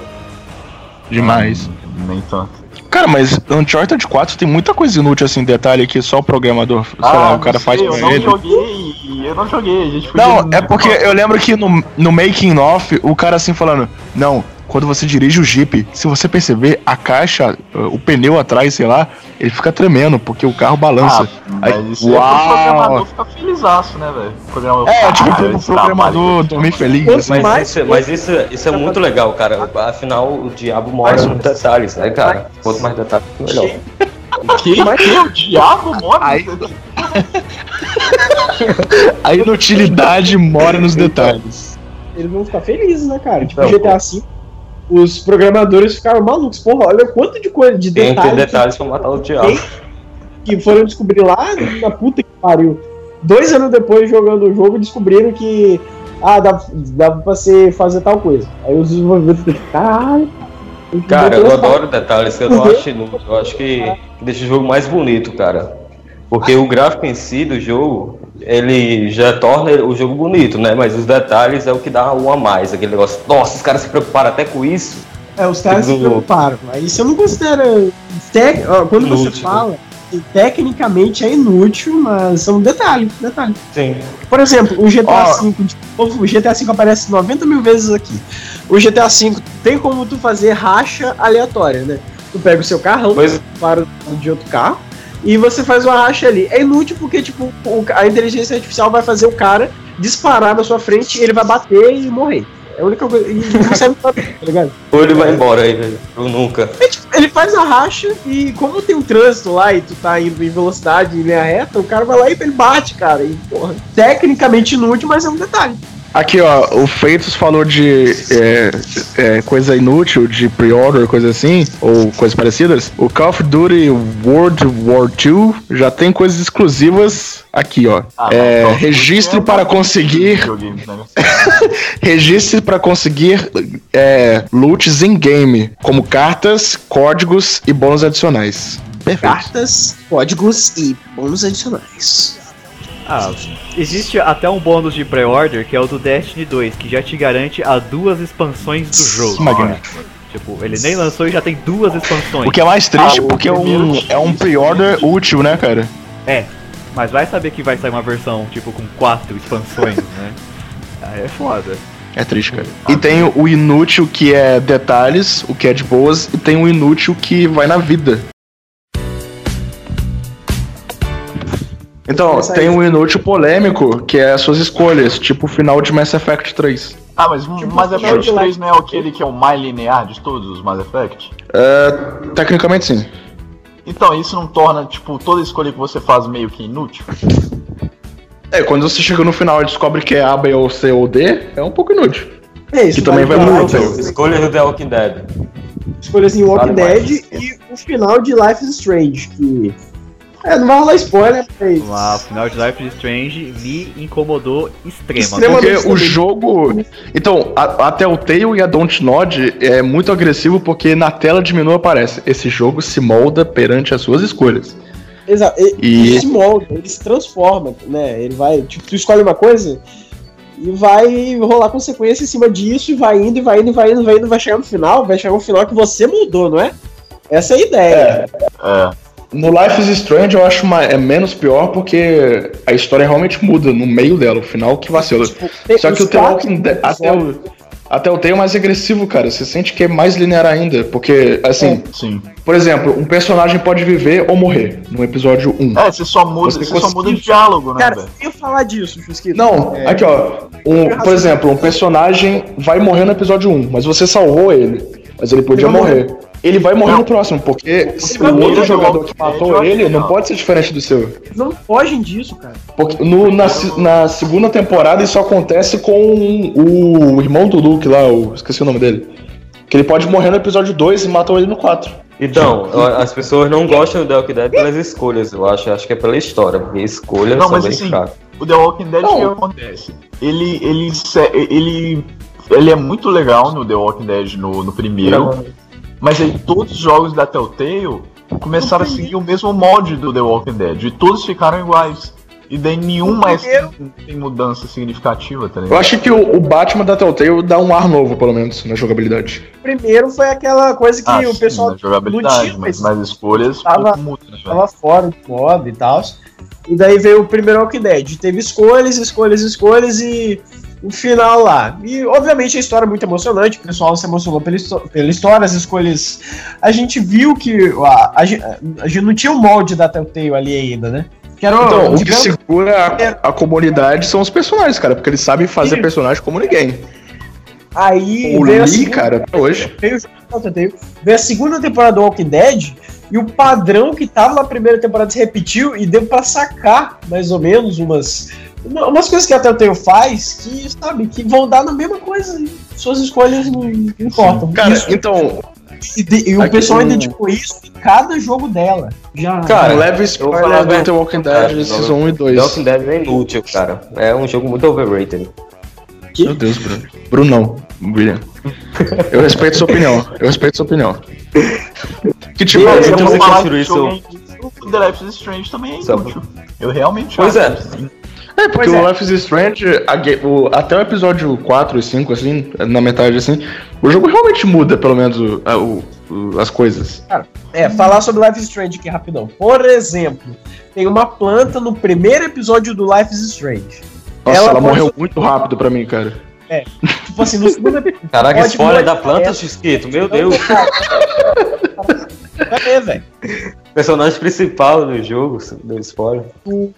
Speaker 7: Demais.
Speaker 3: Nem tanto.
Speaker 7: Cara, mas Uncharted 4 tem muita coisa inútil assim, detalhe que só o programador, sei lá, o
Speaker 3: não
Speaker 7: cara
Speaker 3: sei,
Speaker 7: faz
Speaker 3: Ah, eu
Speaker 7: pra
Speaker 3: não
Speaker 7: ele.
Speaker 3: joguei, eu não joguei, a gente podia-
Speaker 7: Não, é porque eu lembro que no, no making off, o cara assim falando, não, quando você dirige o Jeep, se você perceber a caixa, o pneu atrás, sei lá, ele fica tremendo, porque o carro balança.
Speaker 3: Ah, mas
Speaker 7: Aí-
Speaker 3: isso aí é pro
Speaker 7: Uau.
Speaker 3: programador fica felizaço, né, velho? O Programador,
Speaker 7: é,
Speaker 3: Ah,
Speaker 7: tipo,
Speaker 3: esse
Speaker 7: o programador
Speaker 3: trabalho.
Speaker 7: dormir feliz,
Speaker 4: Quanto
Speaker 7: assim.
Speaker 4: mais-
Speaker 5: Mas isso, mas isso, isso é muito legal, cara. Afinal, o diabo mora nos detalhes, né, cara? Quanto mais detalhes, melhor.
Speaker 3: Que? que? O diabo mora?
Speaker 7: Aí-
Speaker 3: nesse-
Speaker 7: A inutilidade mora
Speaker 3: É.
Speaker 7: nos detalhes.
Speaker 4: Eles vão ficar felizes, né, cara? Tipo,
Speaker 5: Então,
Speaker 4: GTA V, os programadores ficaram malucos. Porra, olha o quanto de coisa, de
Speaker 5: Tem que ter
Speaker 4: detalhe
Speaker 5: detalhes pra matar o diabo.
Speaker 4: que, que foram descobrir lá na puta que pariu. Dois anos depois, jogando o jogo, descobriram que. Ah, dá, dava pra você fazer tal coisa. Aí os desenvolvedores ficam, caralho. Então,
Speaker 5: Cara, eu
Speaker 4: Deus,
Speaker 5: adoro detalhes que eu não acho inútil. Eu acho que que deixa o jogo mais bonito, cara. Porque o gráfico em si do jogo, ele já torna o jogo bonito, né? Mas os detalhes é o que dá um a mais. Aquele negócio, nossa, os caras se preocuparam até com isso.
Speaker 4: É, os caras se
Speaker 5: Tudo-
Speaker 4: preocuparam. Aí você não considera. tec- ó, Quando você
Speaker 5: Inútil.
Speaker 4: fala, que tecnicamente é inútil, mas é um são detalhes, detalhes.
Speaker 5: Sim.
Speaker 4: Por exemplo, o GTA
Speaker 7: Ó.
Speaker 4: V, de novo, o GTA V aparece 90 mil vezes aqui. O GTA V tem como tu fazer racha aleatória, né? Tu pega o seu carrão,
Speaker 5: Pois-
Speaker 4: para o lado de outro carro, e você faz uma racha ali. É inútil porque, tipo, o- a inteligência artificial vai fazer o cara disparar na sua frente, ele vai bater e morrer. É a única coisa. E não serve pra nada, tá ligado?
Speaker 5: Ou ele vai embora aí, velho. Ou nunca.
Speaker 4: É, tipo, ele faz a racha e como tem um trânsito lá e tu tá indo em velocidade em linha reta, o cara vai lá e ele bate, cara. E, porra, tecnicamente inútil, mas é um detalhe.
Speaker 7: Aqui, ó, o Feitos falou de é, é, coisa inútil, de pre-order, coisa assim, ou coisas parecidas. O Call of Duty World War II já tem coisas exclusivas aqui, ó.
Speaker 3: Ah,
Speaker 7: É,
Speaker 3: não, não.
Speaker 7: registro para conseguir
Speaker 3: Videogames, né?
Speaker 7: Registre para conseguir é, loots em game, como cartas, códigos e bônus adicionais. Perfeito.
Speaker 4: cartas, códigos e bônus adicionais.
Speaker 2: Ah, existe até um bônus de pré-order que é o do Destiny 2, que já te garante as duas expansões do jogo.
Speaker 7: é Magnífico.
Speaker 2: Tipo, ele nem lançou e já tem duas expansões.
Speaker 7: O que é mais triste
Speaker 3: Ah, o
Speaker 7: porque é um,
Speaker 3: primeiro-
Speaker 7: é um pre-order útil, né, cara?
Speaker 2: É, Mas vai saber que vai sair uma versão, tipo, com quatro expansões, né? Aí é foda.
Speaker 7: É triste, cara. E tem o inútil que é detalhes, o que é de boas, e tem o inútil que vai na vida. Então, tem um inútil polêmico, que é as suas escolhas, tipo o final de Mass Effect 3.
Speaker 3: Ah, mas Mass Effect 3 não é aquele que é o mais linear de todos os Mass Effect?
Speaker 7: É, tecnicamente sim.
Speaker 3: Então, isso não torna, tipo, toda escolha que você faz meio que inútil?
Speaker 7: É, quando você chega no final e descobre que é A, B ou C ou D, é um pouco inútil.
Speaker 4: É isso,
Speaker 7: Que também vai
Speaker 4: vale pra
Speaker 7: muito.
Speaker 4: Life-
Speaker 5: Escolha do The Walking Dead.
Speaker 4: Escolhas em Walking
Speaker 5: Vale mais.
Speaker 4: Dead e o final de Life is Strange, que. É, não vai rolar spoiler, mas.
Speaker 2: Vamos lá, o final de Life is Strange me incomodou extremamente.
Speaker 4: Extremamente
Speaker 7: Porque
Speaker 4: também.
Speaker 7: o jogo. Então, a, a Telltale e a Dontnod é muito agressivo porque na tela de menu aparece. Esse jogo se molda perante as suas escolhas.
Speaker 4: Exato. e-
Speaker 7: E-
Speaker 4: Ele se molda, ele se transforma, né? Ele vai. Tipo, tu escolhe uma coisa e vai rolar consequência em cima disso, e vai indo, e vai indo, e vai indo, vai indo, vai chegar no final, vai chegar no final que você mudou, não é? Essa é a ideia.
Speaker 3: É.
Speaker 7: No Life is Strange eu acho ma- é menos pior porque a história realmente muda no meio dela, o final que vacila.
Speaker 4: Tipo, tem
Speaker 7: Só que o
Speaker 4: os
Speaker 7: The
Speaker 4: quatro
Speaker 7: Walking Dead. Até o, até o Telltale é mais agressivo, cara. Você sente que é mais linear ainda. Porque, assim,
Speaker 3: Sim.
Speaker 4: É.
Speaker 7: por exemplo, um personagem pode viver ou morrer no episódio 1.
Speaker 3: É, você só muda,
Speaker 7: Você
Speaker 3: você só
Speaker 7: conseguiu-
Speaker 3: muda de diálogo, né,
Speaker 4: Cara,
Speaker 3: velho?
Speaker 4: eu ia falar disso, Chusquito.
Speaker 7: Não,
Speaker 4: É.
Speaker 7: aqui ó. Um, por exemplo, um personagem vai morrer no episódio 1, mas você salvou ele. Mas ele podia
Speaker 4: Ele vai
Speaker 7: morrer. Ele vai morrer
Speaker 3: Não.
Speaker 7: no próximo, porque se
Speaker 4: vai
Speaker 7: o outro
Speaker 3: morrer,
Speaker 7: jogador
Speaker 3: não.
Speaker 7: que
Speaker 3: Eu
Speaker 7: matou
Speaker 3: acho
Speaker 7: ele
Speaker 3: que
Speaker 7: não
Speaker 3: não.
Speaker 7: pode ser diferente do seu.
Speaker 4: Não fogem disso, cara.
Speaker 7: Porque no- na, se- na segunda temporada isso acontece com o irmão do Luke lá, o, esqueci o nome dele. Que ele pode morrer no episódio 2 e matam ele no 4.
Speaker 5: Então, eu- as pessoas não gostam do The Walking Dead pelas escolhas, eu acho. Acho que é pela história, porque escolhas
Speaker 3: Não,
Speaker 5: são
Speaker 3: mas
Speaker 5: bem
Speaker 3: assim,
Speaker 5: chatas.
Speaker 3: O The Walking Dead, o que
Speaker 7: Não.
Speaker 3: acontece? Ele, ele, se- ele, ele é muito legal no The Walking Dead, no, no primeiro, mas aí todos os jogos da Telltale começaram a seguir o mesmo molde do The Walking Dead, e todos ficaram iguais. E daí nenhum mais
Speaker 4: primeiro-
Speaker 3: tem, tem mudança significativa, tá
Speaker 7: Eu
Speaker 3: ligado?
Speaker 7: acho que o, o Batman da Telltale dá um ar novo, pelo menos, na jogabilidade.
Speaker 4: Primeiro foi aquela coisa que
Speaker 3: Ah, sim,
Speaker 4: o
Speaker 7: né?
Speaker 4: pessoal
Speaker 3: na jogabilidade,
Speaker 4: tinha,
Speaker 3: mas
Speaker 4: mas-
Speaker 3: nas escolhas
Speaker 4: Tava-
Speaker 3: pouco muda, né, velho?
Speaker 4: tava fora do mob e tal. E daí veio o primeiro Walking Dead. Teve escolhas, escolhas, escolhas e o final lá. E obviamente a história é muito emocionante, o pessoal se emocionou pela, histó- pela história, as escolhas. A gente viu que a, a gen- a gente não tinha o molde da Telltale ali ainda, né? Que era uma-
Speaker 7: Então, o que
Speaker 4: digamos-
Speaker 5: É.
Speaker 7: segura a, a comunidade são os personagens, cara, porque eles sabem fazer
Speaker 4: Sim.
Speaker 7: personagem como ninguém.
Speaker 4: aí veio a
Speaker 7: O Lee,
Speaker 5: assim.
Speaker 4: segunda-
Speaker 7: cara, até hoje.
Speaker 4: veio o jogo da Telltale, veio a segunda temporada do Walking Dead e o padrão que tava na primeira temporada se repetiu e deu pra sacar mais ou menos umas uma- umas coisas que a Telltale faz que sabe que vão dar na mesma coisa e suas escolhas não importam
Speaker 7: Cara,
Speaker 4: Isso-
Speaker 7: então,
Speaker 4: e, de- e o
Speaker 7: aqui
Speaker 4: pessoal
Speaker 7: um-
Speaker 4: identificou isso em cada jogo dela já
Speaker 5: Cara,
Speaker 7: não leva
Speaker 5: eu vou falar
Speaker 7: spoiler do
Speaker 5: bem.
Speaker 7: The Walking
Speaker 5: Cara,
Speaker 7: Dead Season 1 e
Speaker 5: The
Speaker 7: 2.
Speaker 5: Walking Dead é inútil, cara. É um jogo muito overrated.
Speaker 7: Meu Deus, Bruno. Bruno não, William. Eu respeito sua opinião. Eu respeito sua opinião. Que tipo,
Speaker 5: E aí,
Speaker 7: eu
Speaker 5: eu
Speaker 7: vou
Speaker 5: vou
Speaker 7: falar-
Speaker 5: falar-
Speaker 3: que o
Speaker 5: isso-
Speaker 3: jogo é inútil, o The Life is Strange também é
Speaker 5: Só-
Speaker 3: inútil. Eu realmente
Speaker 5: Pois
Speaker 3: acho
Speaker 5: é.
Speaker 3: isso.
Speaker 7: é, porque o Life is Strange, a ga- o- até o episódio 4 e 5, assim, na metade assim, o jogo realmente muda, pelo menos, o- a- o- o- as coisas.
Speaker 4: É, falar sobre Life is Strange aqui rapidão. Por exemplo, tem uma planta no primeiro episódio do Life is Strange.
Speaker 7: Nossa,
Speaker 4: Ela
Speaker 7: ela,
Speaker 4: pode-
Speaker 7: morreu muito rápido pra mim, cara.
Speaker 4: Tipo assim, no segundo
Speaker 5: Caraca,
Speaker 4: Pode
Speaker 5: spoiler
Speaker 4: mudar
Speaker 5: da planta,
Speaker 4: essa.
Speaker 5: Chisquito, meu Deus.
Speaker 4: episódio, velho.
Speaker 5: Personagem principal do jogo, deu spoiler.
Speaker 4: tu,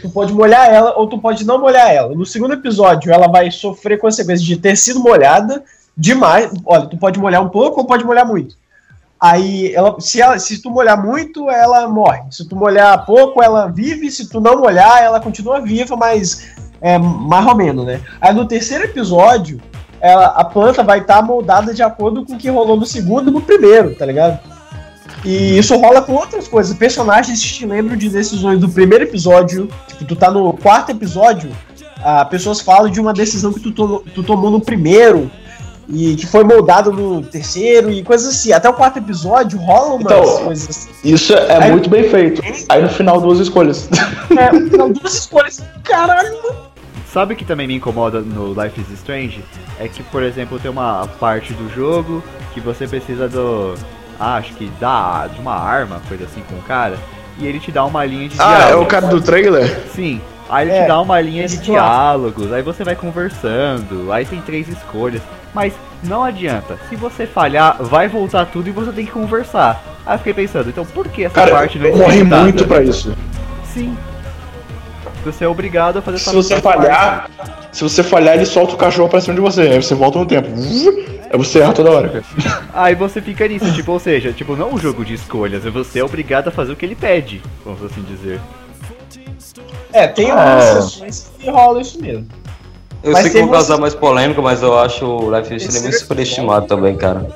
Speaker 4: tu pode molhar ela ou tu pode não molhar ela. No segundo episódio, ela vai sofrer consequências de ter sido molhada demais. Olha, tu pode molhar um pouco ou pode molhar muito. Aí, ela, se, ela, se tu molhar muito, ela morre. Se tu molhar pouco, ela vive. Se tu não molhar, ela continua viva, mas é mais ou menos, né? Aí no terceiro episódio, ela, a planta vai estar moldada de acordo com o que rolou no segundo e no primeiro, tá ligado? E isso rola com outras coisas. Personagens te lembram de decisões do primeiro episódio. Tipo, tu tá no quarto episódio, ah, pessoas falam de uma decisão que tu, to- tu tomou no primeiro. E que foi moldado no terceiro e coisas assim. Até o quarto episódio rola umas
Speaker 7: Então,
Speaker 4: coisas assim.
Speaker 7: Isso é
Speaker 4: Aí-
Speaker 7: muito bem feito. Aí no final, duas escolhas.
Speaker 4: É, são duas escolhas. Caralho!
Speaker 2: Sabe o que também me incomoda no Life is Strange? É que, por exemplo, tem uma parte do jogo que você precisa do. ah, acho que dá de uma arma, coisa assim com o cara. E ele te dá uma linha de
Speaker 7: Ah, é
Speaker 2: diálogo.
Speaker 7: o cara do trailer?
Speaker 2: Sim. Aí ele
Speaker 4: É,
Speaker 2: te dá uma linha de
Speaker 4: esse clássico.
Speaker 2: diálogos, aí você vai conversando, aí tem três escolhas. Mas não adianta, se você falhar, vai voltar tudo e você tem que conversar. Aí eu fiquei pensando, então por que essa
Speaker 7: Cara,
Speaker 2: parte não
Speaker 7: eu morri
Speaker 2: executada?
Speaker 7: muito pra isso.
Speaker 2: Sim. que você é obrigado a fazer
Speaker 7: Se você falhar, se você falhar, ele solta o cachorro pra cima de você. Aí você volta no tempo. Aí você erra toda hora.
Speaker 2: Aí você fica nisso, tipo, ou seja, tipo, não é um jogo de escolhas, você é obrigado a fazer o que ele pede, vamos assim dizer.
Speaker 4: É, tem algumas sessões que rola isso mesmo.
Speaker 5: Eu
Speaker 4: Mas
Speaker 5: sei que
Speaker 4: tem
Speaker 5: vou
Speaker 4: você- é
Speaker 5: causar mais polêmica, mas eu acho o Life is Strange muito
Speaker 4: Terceiro
Speaker 5: superestimado também, cara.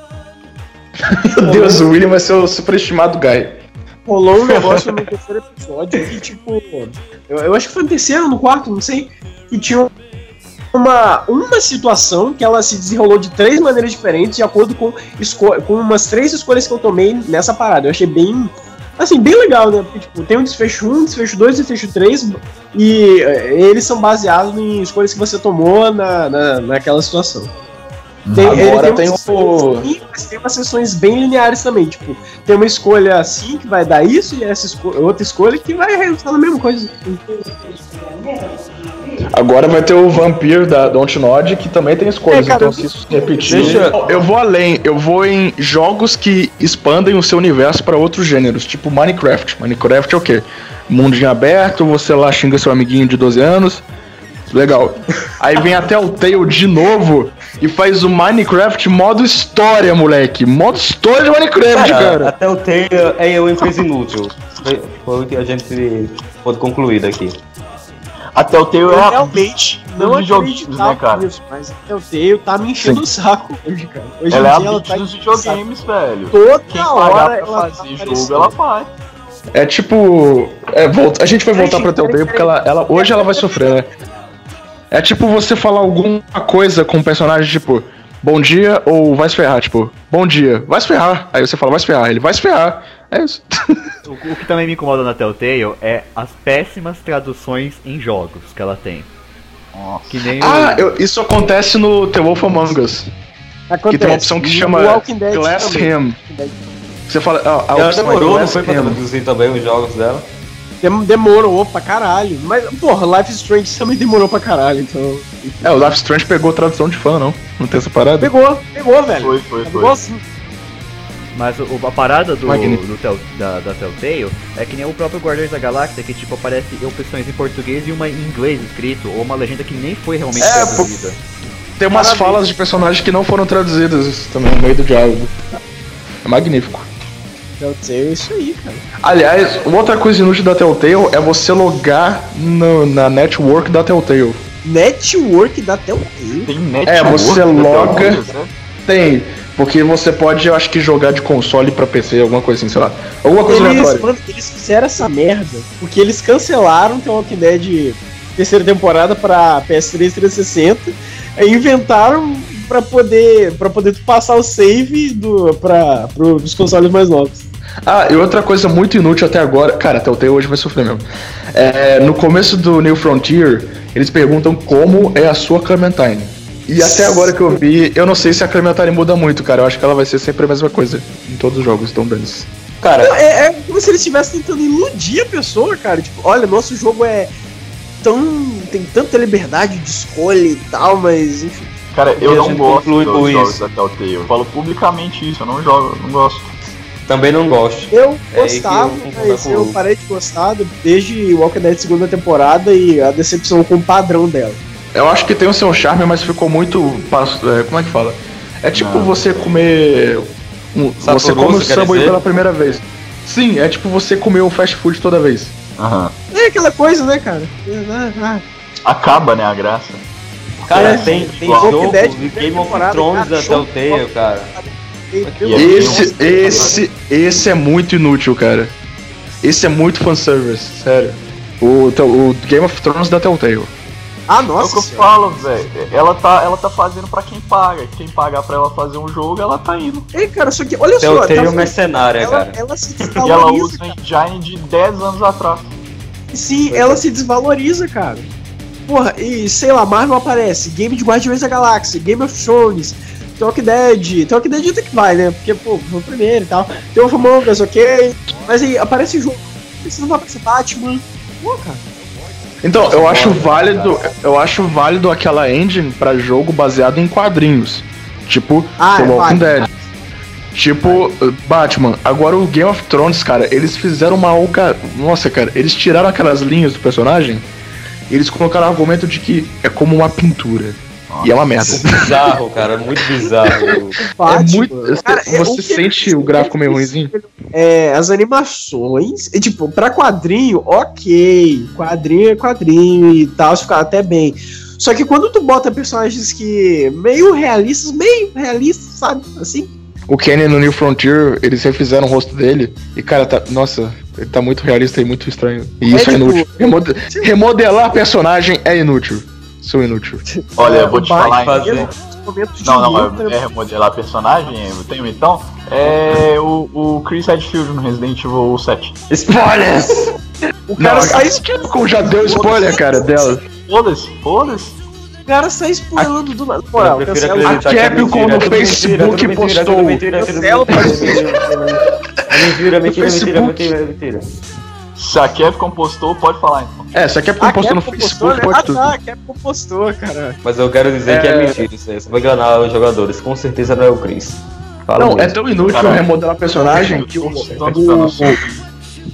Speaker 7: Meu Deus, o William vai ser o superestimado guy.
Speaker 4: Rolou um negócio no terceiro episódio que, tipo, eu, eu acho que foi no terceiro, no quarto, não sei, que tinha uma, uma situação que ela se desenrolou de três maneiras diferentes, de acordo com, esco- com umas três escolhas que eu tomei nessa parada. Eu achei bem. Assim, bem legal, né? Porque, tipo, tem um desfecho 1, desfecho 2, desfecho 3, e eh, eles são baseados em escolhas que você tomou na, na, naquela situação. Tem,
Speaker 7: Agora
Speaker 4: ele tem,
Speaker 7: tem
Speaker 4: umas
Speaker 7: o-
Speaker 4: sessões assim, mas tem umas sessões bem lineares também, tipo, tem uma escolha assim que vai dar isso e essa esco- outra escolha que vai resultar na mesma coisa.
Speaker 7: Agora vai ter o vampiro da Dontnod, que também tem escolhas.
Speaker 4: É, cara,
Speaker 7: então, se isso se repetir.
Speaker 5: Deixa-
Speaker 7: Não, Eu vou além, eu vou em jogos que expandem o seu universo pra outros gêneros, tipo Minecraft. Minecraft é o quê? Mundinho aberto, você lá xinga seu amiguinho de 12 anos. Legal. Aí vem até o Tail de novo e faz o Minecraft modo história, moleque. Modo história de Minecraft, cara.
Speaker 5: até o Taylor é uma empresa inútil. Foi- Foi o que a gente pôde concluir daqui.
Speaker 3: Até o teu é a
Speaker 4: realmente
Speaker 3: não videogames, né, cara?
Speaker 4: nisso, mas eu tenho, tá me enchendo o saco hoje, cara. Hoje
Speaker 3: Ela é a
Speaker 4: em dia ela
Speaker 3: bitch
Speaker 4: tá
Speaker 3: dos videogames, velho.
Speaker 4: toda
Speaker 3: Quem
Speaker 4: hora
Speaker 3: pagar pra
Speaker 4: ela tá
Speaker 3: fazer
Speaker 4: aparecendo.
Speaker 3: jogo, ela faz.
Speaker 7: É tipo. é, volta- a gente vai voltar pra Telltale porque ela, ela- hoje ela vai sofrer, né? É tipo você falar alguma coisa com um personagem, tipo, bom dia ou vai se ferrar, tipo, bom dia, vai se ferrar. Aí você fala, vai se ferrar, ele vai se ferrar. É isso.
Speaker 2: O, o que também me incomoda na Telltale é as péssimas traduções em jogos que ela tem. Que nem o-
Speaker 7: Ah, eu- isso acontece no The Wolf Among Us.
Speaker 4: Acontece.
Speaker 7: que tem uma opção que
Speaker 4: E
Speaker 7: chama
Speaker 4: o Walking Dead
Speaker 7: Glass
Speaker 4: também.
Speaker 7: Him. Você fala, ah, a
Speaker 5: Ela
Speaker 7: opção é
Speaker 5: demorou, não
Speaker 7: Glass
Speaker 5: foi pra
Speaker 7: Him.
Speaker 5: traduzir também os jogos dela.
Speaker 4: Dem- Demorou pra caralho. Mas, porra, Life is Strange também demorou pra caralho, então.
Speaker 7: É, o Life is Strange pegou tradução de fã, não? Não tem essa parada?
Speaker 4: Pegou, pegou, velho.
Speaker 3: Foi, foi, foi.
Speaker 4: Pegou assim.
Speaker 2: Mas o- a parada do,
Speaker 7: Magnífico.
Speaker 2: do Tel- da, da Telltale é que nem o próprio Guardiões da Galáxia, que tipo, aparece opções em português e uma em inglês escrito, ou uma legenda que nem foi realmente
Speaker 7: É,
Speaker 2: traduzida.
Speaker 7: Tem umas falas de personagens que não foram traduzidas também no meio do diálogo. É magnífico.
Speaker 4: Eu tenho Então, é isso aí, cara.
Speaker 7: Aliás, uma outra coisa inútil da Telltale é você logar no- na network da Telltale.
Speaker 4: Network dá até o quê?
Speaker 3: Tem net
Speaker 7: É, você
Speaker 3: work,
Speaker 7: loga-
Speaker 3: tem algumas, né?
Speaker 7: Tem, porque você pode, eu acho que, jogar de console pra PC, alguma coisa assim, sei lá. Alguma coisa
Speaker 4: Eles,
Speaker 7: aleatória.
Speaker 4: mano, eles fizeram essa merda porque eles cancelaram The Walking Dead terceira temporada pra PS3 360 e inventaram pra poder para poder tu passar o save do para pros consoles mais novos.
Speaker 7: Ah, e outra coisa muito inútil até agora. Cara, Telltale hoje vai sofrer mesmo. É, no começo do New Frontier, eles perguntam como é a sua Clementine. E até agora que eu vi, eu não sei se a Clementine muda muito, cara. Eu acho que ela vai ser sempre a mesma coisa em todos os jogos, então deles.
Speaker 5: Cara,
Speaker 4: É, é como se eles estivessem tentando iludir a pessoa, cara. Tipo, olha, nosso jogo é tão tem tanta liberdade de escolha e tal, mas enfim.
Speaker 3: Cara, eu
Speaker 5: E a
Speaker 3: não
Speaker 5: gente
Speaker 3: gosto
Speaker 5: conclui
Speaker 3: dos
Speaker 5: com
Speaker 3: jogos
Speaker 5: isso.
Speaker 3: da Telltale. Eu falo publicamente isso, eu não jogo, eu não gosto.
Speaker 5: também não gosto.
Speaker 4: Eu
Speaker 5: É aí que
Speaker 4: gostava,
Speaker 5: eu concordo
Speaker 4: mas
Speaker 5: com
Speaker 4: eu
Speaker 5: o-
Speaker 4: parei de gostar desde Walking Dead segunda temporada e a decepção com o padrão dela.
Speaker 7: Eu acho que tem o seu charme, mas ficou muito. pas- é, Como é que fala? É tipo
Speaker 3: Não.
Speaker 7: você comer. um-
Speaker 5: Ah. Saboroso,
Speaker 7: você come o
Speaker 5: quer
Speaker 7: Subway
Speaker 5: dizer?
Speaker 7: pela primeira vez. Sim, é tipo você comer um fast food toda vez.
Speaker 3: Aham.
Speaker 4: É aquela coisa, né, cara? Ah, ah.
Speaker 3: Acaba, né, a graça.
Speaker 5: Cara,
Speaker 4: É,
Speaker 5: tem, tem
Speaker 3: Walking
Speaker 5: jogo
Speaker 4: Dead,
Speaker 5: de
Speaker 4: primeira
Speaker 5: Game of
Speaker 4: temporada, cara,
Speaker 5: Thrones da Telltale, cara.
Speaker 4: é
Speaker 7: é
Speaker 3: E aí,
Speaker 7: Esse,
Speaker 3: um-
Speaker 7: esse, esse é muito inútil, cara. Esse é muito fanservice, sério. O, Tel- o Game of Thrones da Telltale. né?
Speaker 4: Ah,
Speaker 3: É o que
Speaker 4: nossa
Speaker 3: eu
Speaker 4: senhora.
Speaker 3: falo, velho. Ela tá, ela tá fazendo pra quem paga. Quem pagar pra ela fazer um jogo, ela tá indo.
Speaker 4: Ei, cara, só que olha só,
Speaker 5: Telltale é
Speaker 4: tá-
Speaker 5: mercenária,
Speaker 4: ela,
Speaker 5: cara.
Speaker 4: ela se
Speaker 3: E ela
Speaker 4: desvaloriza,
Speaker 3: usa engine de 10 anos atrás.
Speaker 4: Sim, ela se desvaloriza, cara. Porra, e sei lá, Marvel aparece, game de Guardiões da Galáxia, Game of Thrones, Talk Dead, Talk Dead até que vai, né? Porque, pô, foi o primeiro e tal. Tem o Among Us, ok? Mas aí aparece jogo, você não vai aparecer Batman. Pô, cara.
Speaker 7: Então, eu acho válido, eu acho válido aquela engine pra jogo baseado em quadrinhos. Tipo,
Speaker 4: Ah,
Speaker 7: The
Speaker 4: é
Speaker 7: Walking
Speaker 4: válido.
Speaker 7: Dead. Tipo, uh, Batman. Agora o Game of Thrones, cara, eles fizeram uma oca... Nossa, cara, eles tiraram aquelas linhas do personagem eles colocaram o argumento de que é como uma pintura. E é uma merda.
Speaker 5: Bizarro, cara, muito bizarro.
Speaker 7: É
Speaker 4: Batman.
Speaker 7: muito.
Speaker 4: Cara, é o
Speaker 7: você
Speaker 4: que-
Speaker 7: sente o gráfico meio ruimzinho?
Speaker 4: É, as animações, e, tipo, pra quadrinho, ok. Quadrinho é quadrinho e tal, isso fica até bem. Só que quando tu bota personagens que meio realistas, meio realistas, sabe? Assim,
Speaker 7: O Kenny no New Frontier, eles refizeram o rosto dele. E, cara, tá. Nossa, ele tá muito realista e muito estranho. E
Speaker 4: É,
Speaker 7: isso é,
Speaker 4: tipo,
Speaker 7: inútil. Remode- Remodelar personagem é inútil. Sou inútil.
Speaker 3: Olha, eu vou te falar.
Speaker 5: fazer.
Speaker 3: hein?
Speaker 4: momentos de
Speaker 3: Não, não,
Speaker 4: luta,
Speaker 3: é é remodelar personagem? Eu tenho então. É o, o Chris Redfield no Resident Evil 7.
Speaker 5: Spoilers!
Speaker 4: o cara sai
Speaker 3: é
Speaker 7: Capcom já deu spoiler, cara, dela.
Speaker 3: Foda-se, foda-se.
Speaker 4: O cara sai spoilando do lado.
Speaker 5: Eu
Speaker 4: Moral,
Speaker 5: prefiro
Speaker 4: cancela.
Speaker 5: acreditar que é
Speaker 7: Capcom
Speaker 5: mentira,
Speaker 7: no
Speaker 5: é tudo mentira, é tudo mentira,
Speaker 7: Facebook
Speaker 5: é tudo
Speaker 7: postou.
Speaker 5: mentira, é tudo Mentira, é mentira, é mentira, é mentira, é mentira, é mentira, é mentira.
Speaker 3: Se a Capcom postou, pode falar então.
Speaker 7: É, só Capcom
Speaker 4: Ah,
Speaker 7: postou no
Speaker 4: Capcom
Speaker 7: Facebook,
Speaker 4: né?
Speaker 7: pode
Speaker 4: Ah,
Speaker 7: tudo.
Speaker 4: tá, Capcom postou, cara.
Speaker 5: Mas eu quero dizer que é mentira isso aí. Você vai enganar os jogadores. Com certeza não é o Chris. tá. Fala
Speaker 7: Não, é
Speaker 5: mesmo.
Speaker 7: tão inútil
Speaker 3: Caralho.
Speaker 7: remodelar personagem que Ah, o,
Speaker 3: Tanto tá no sul.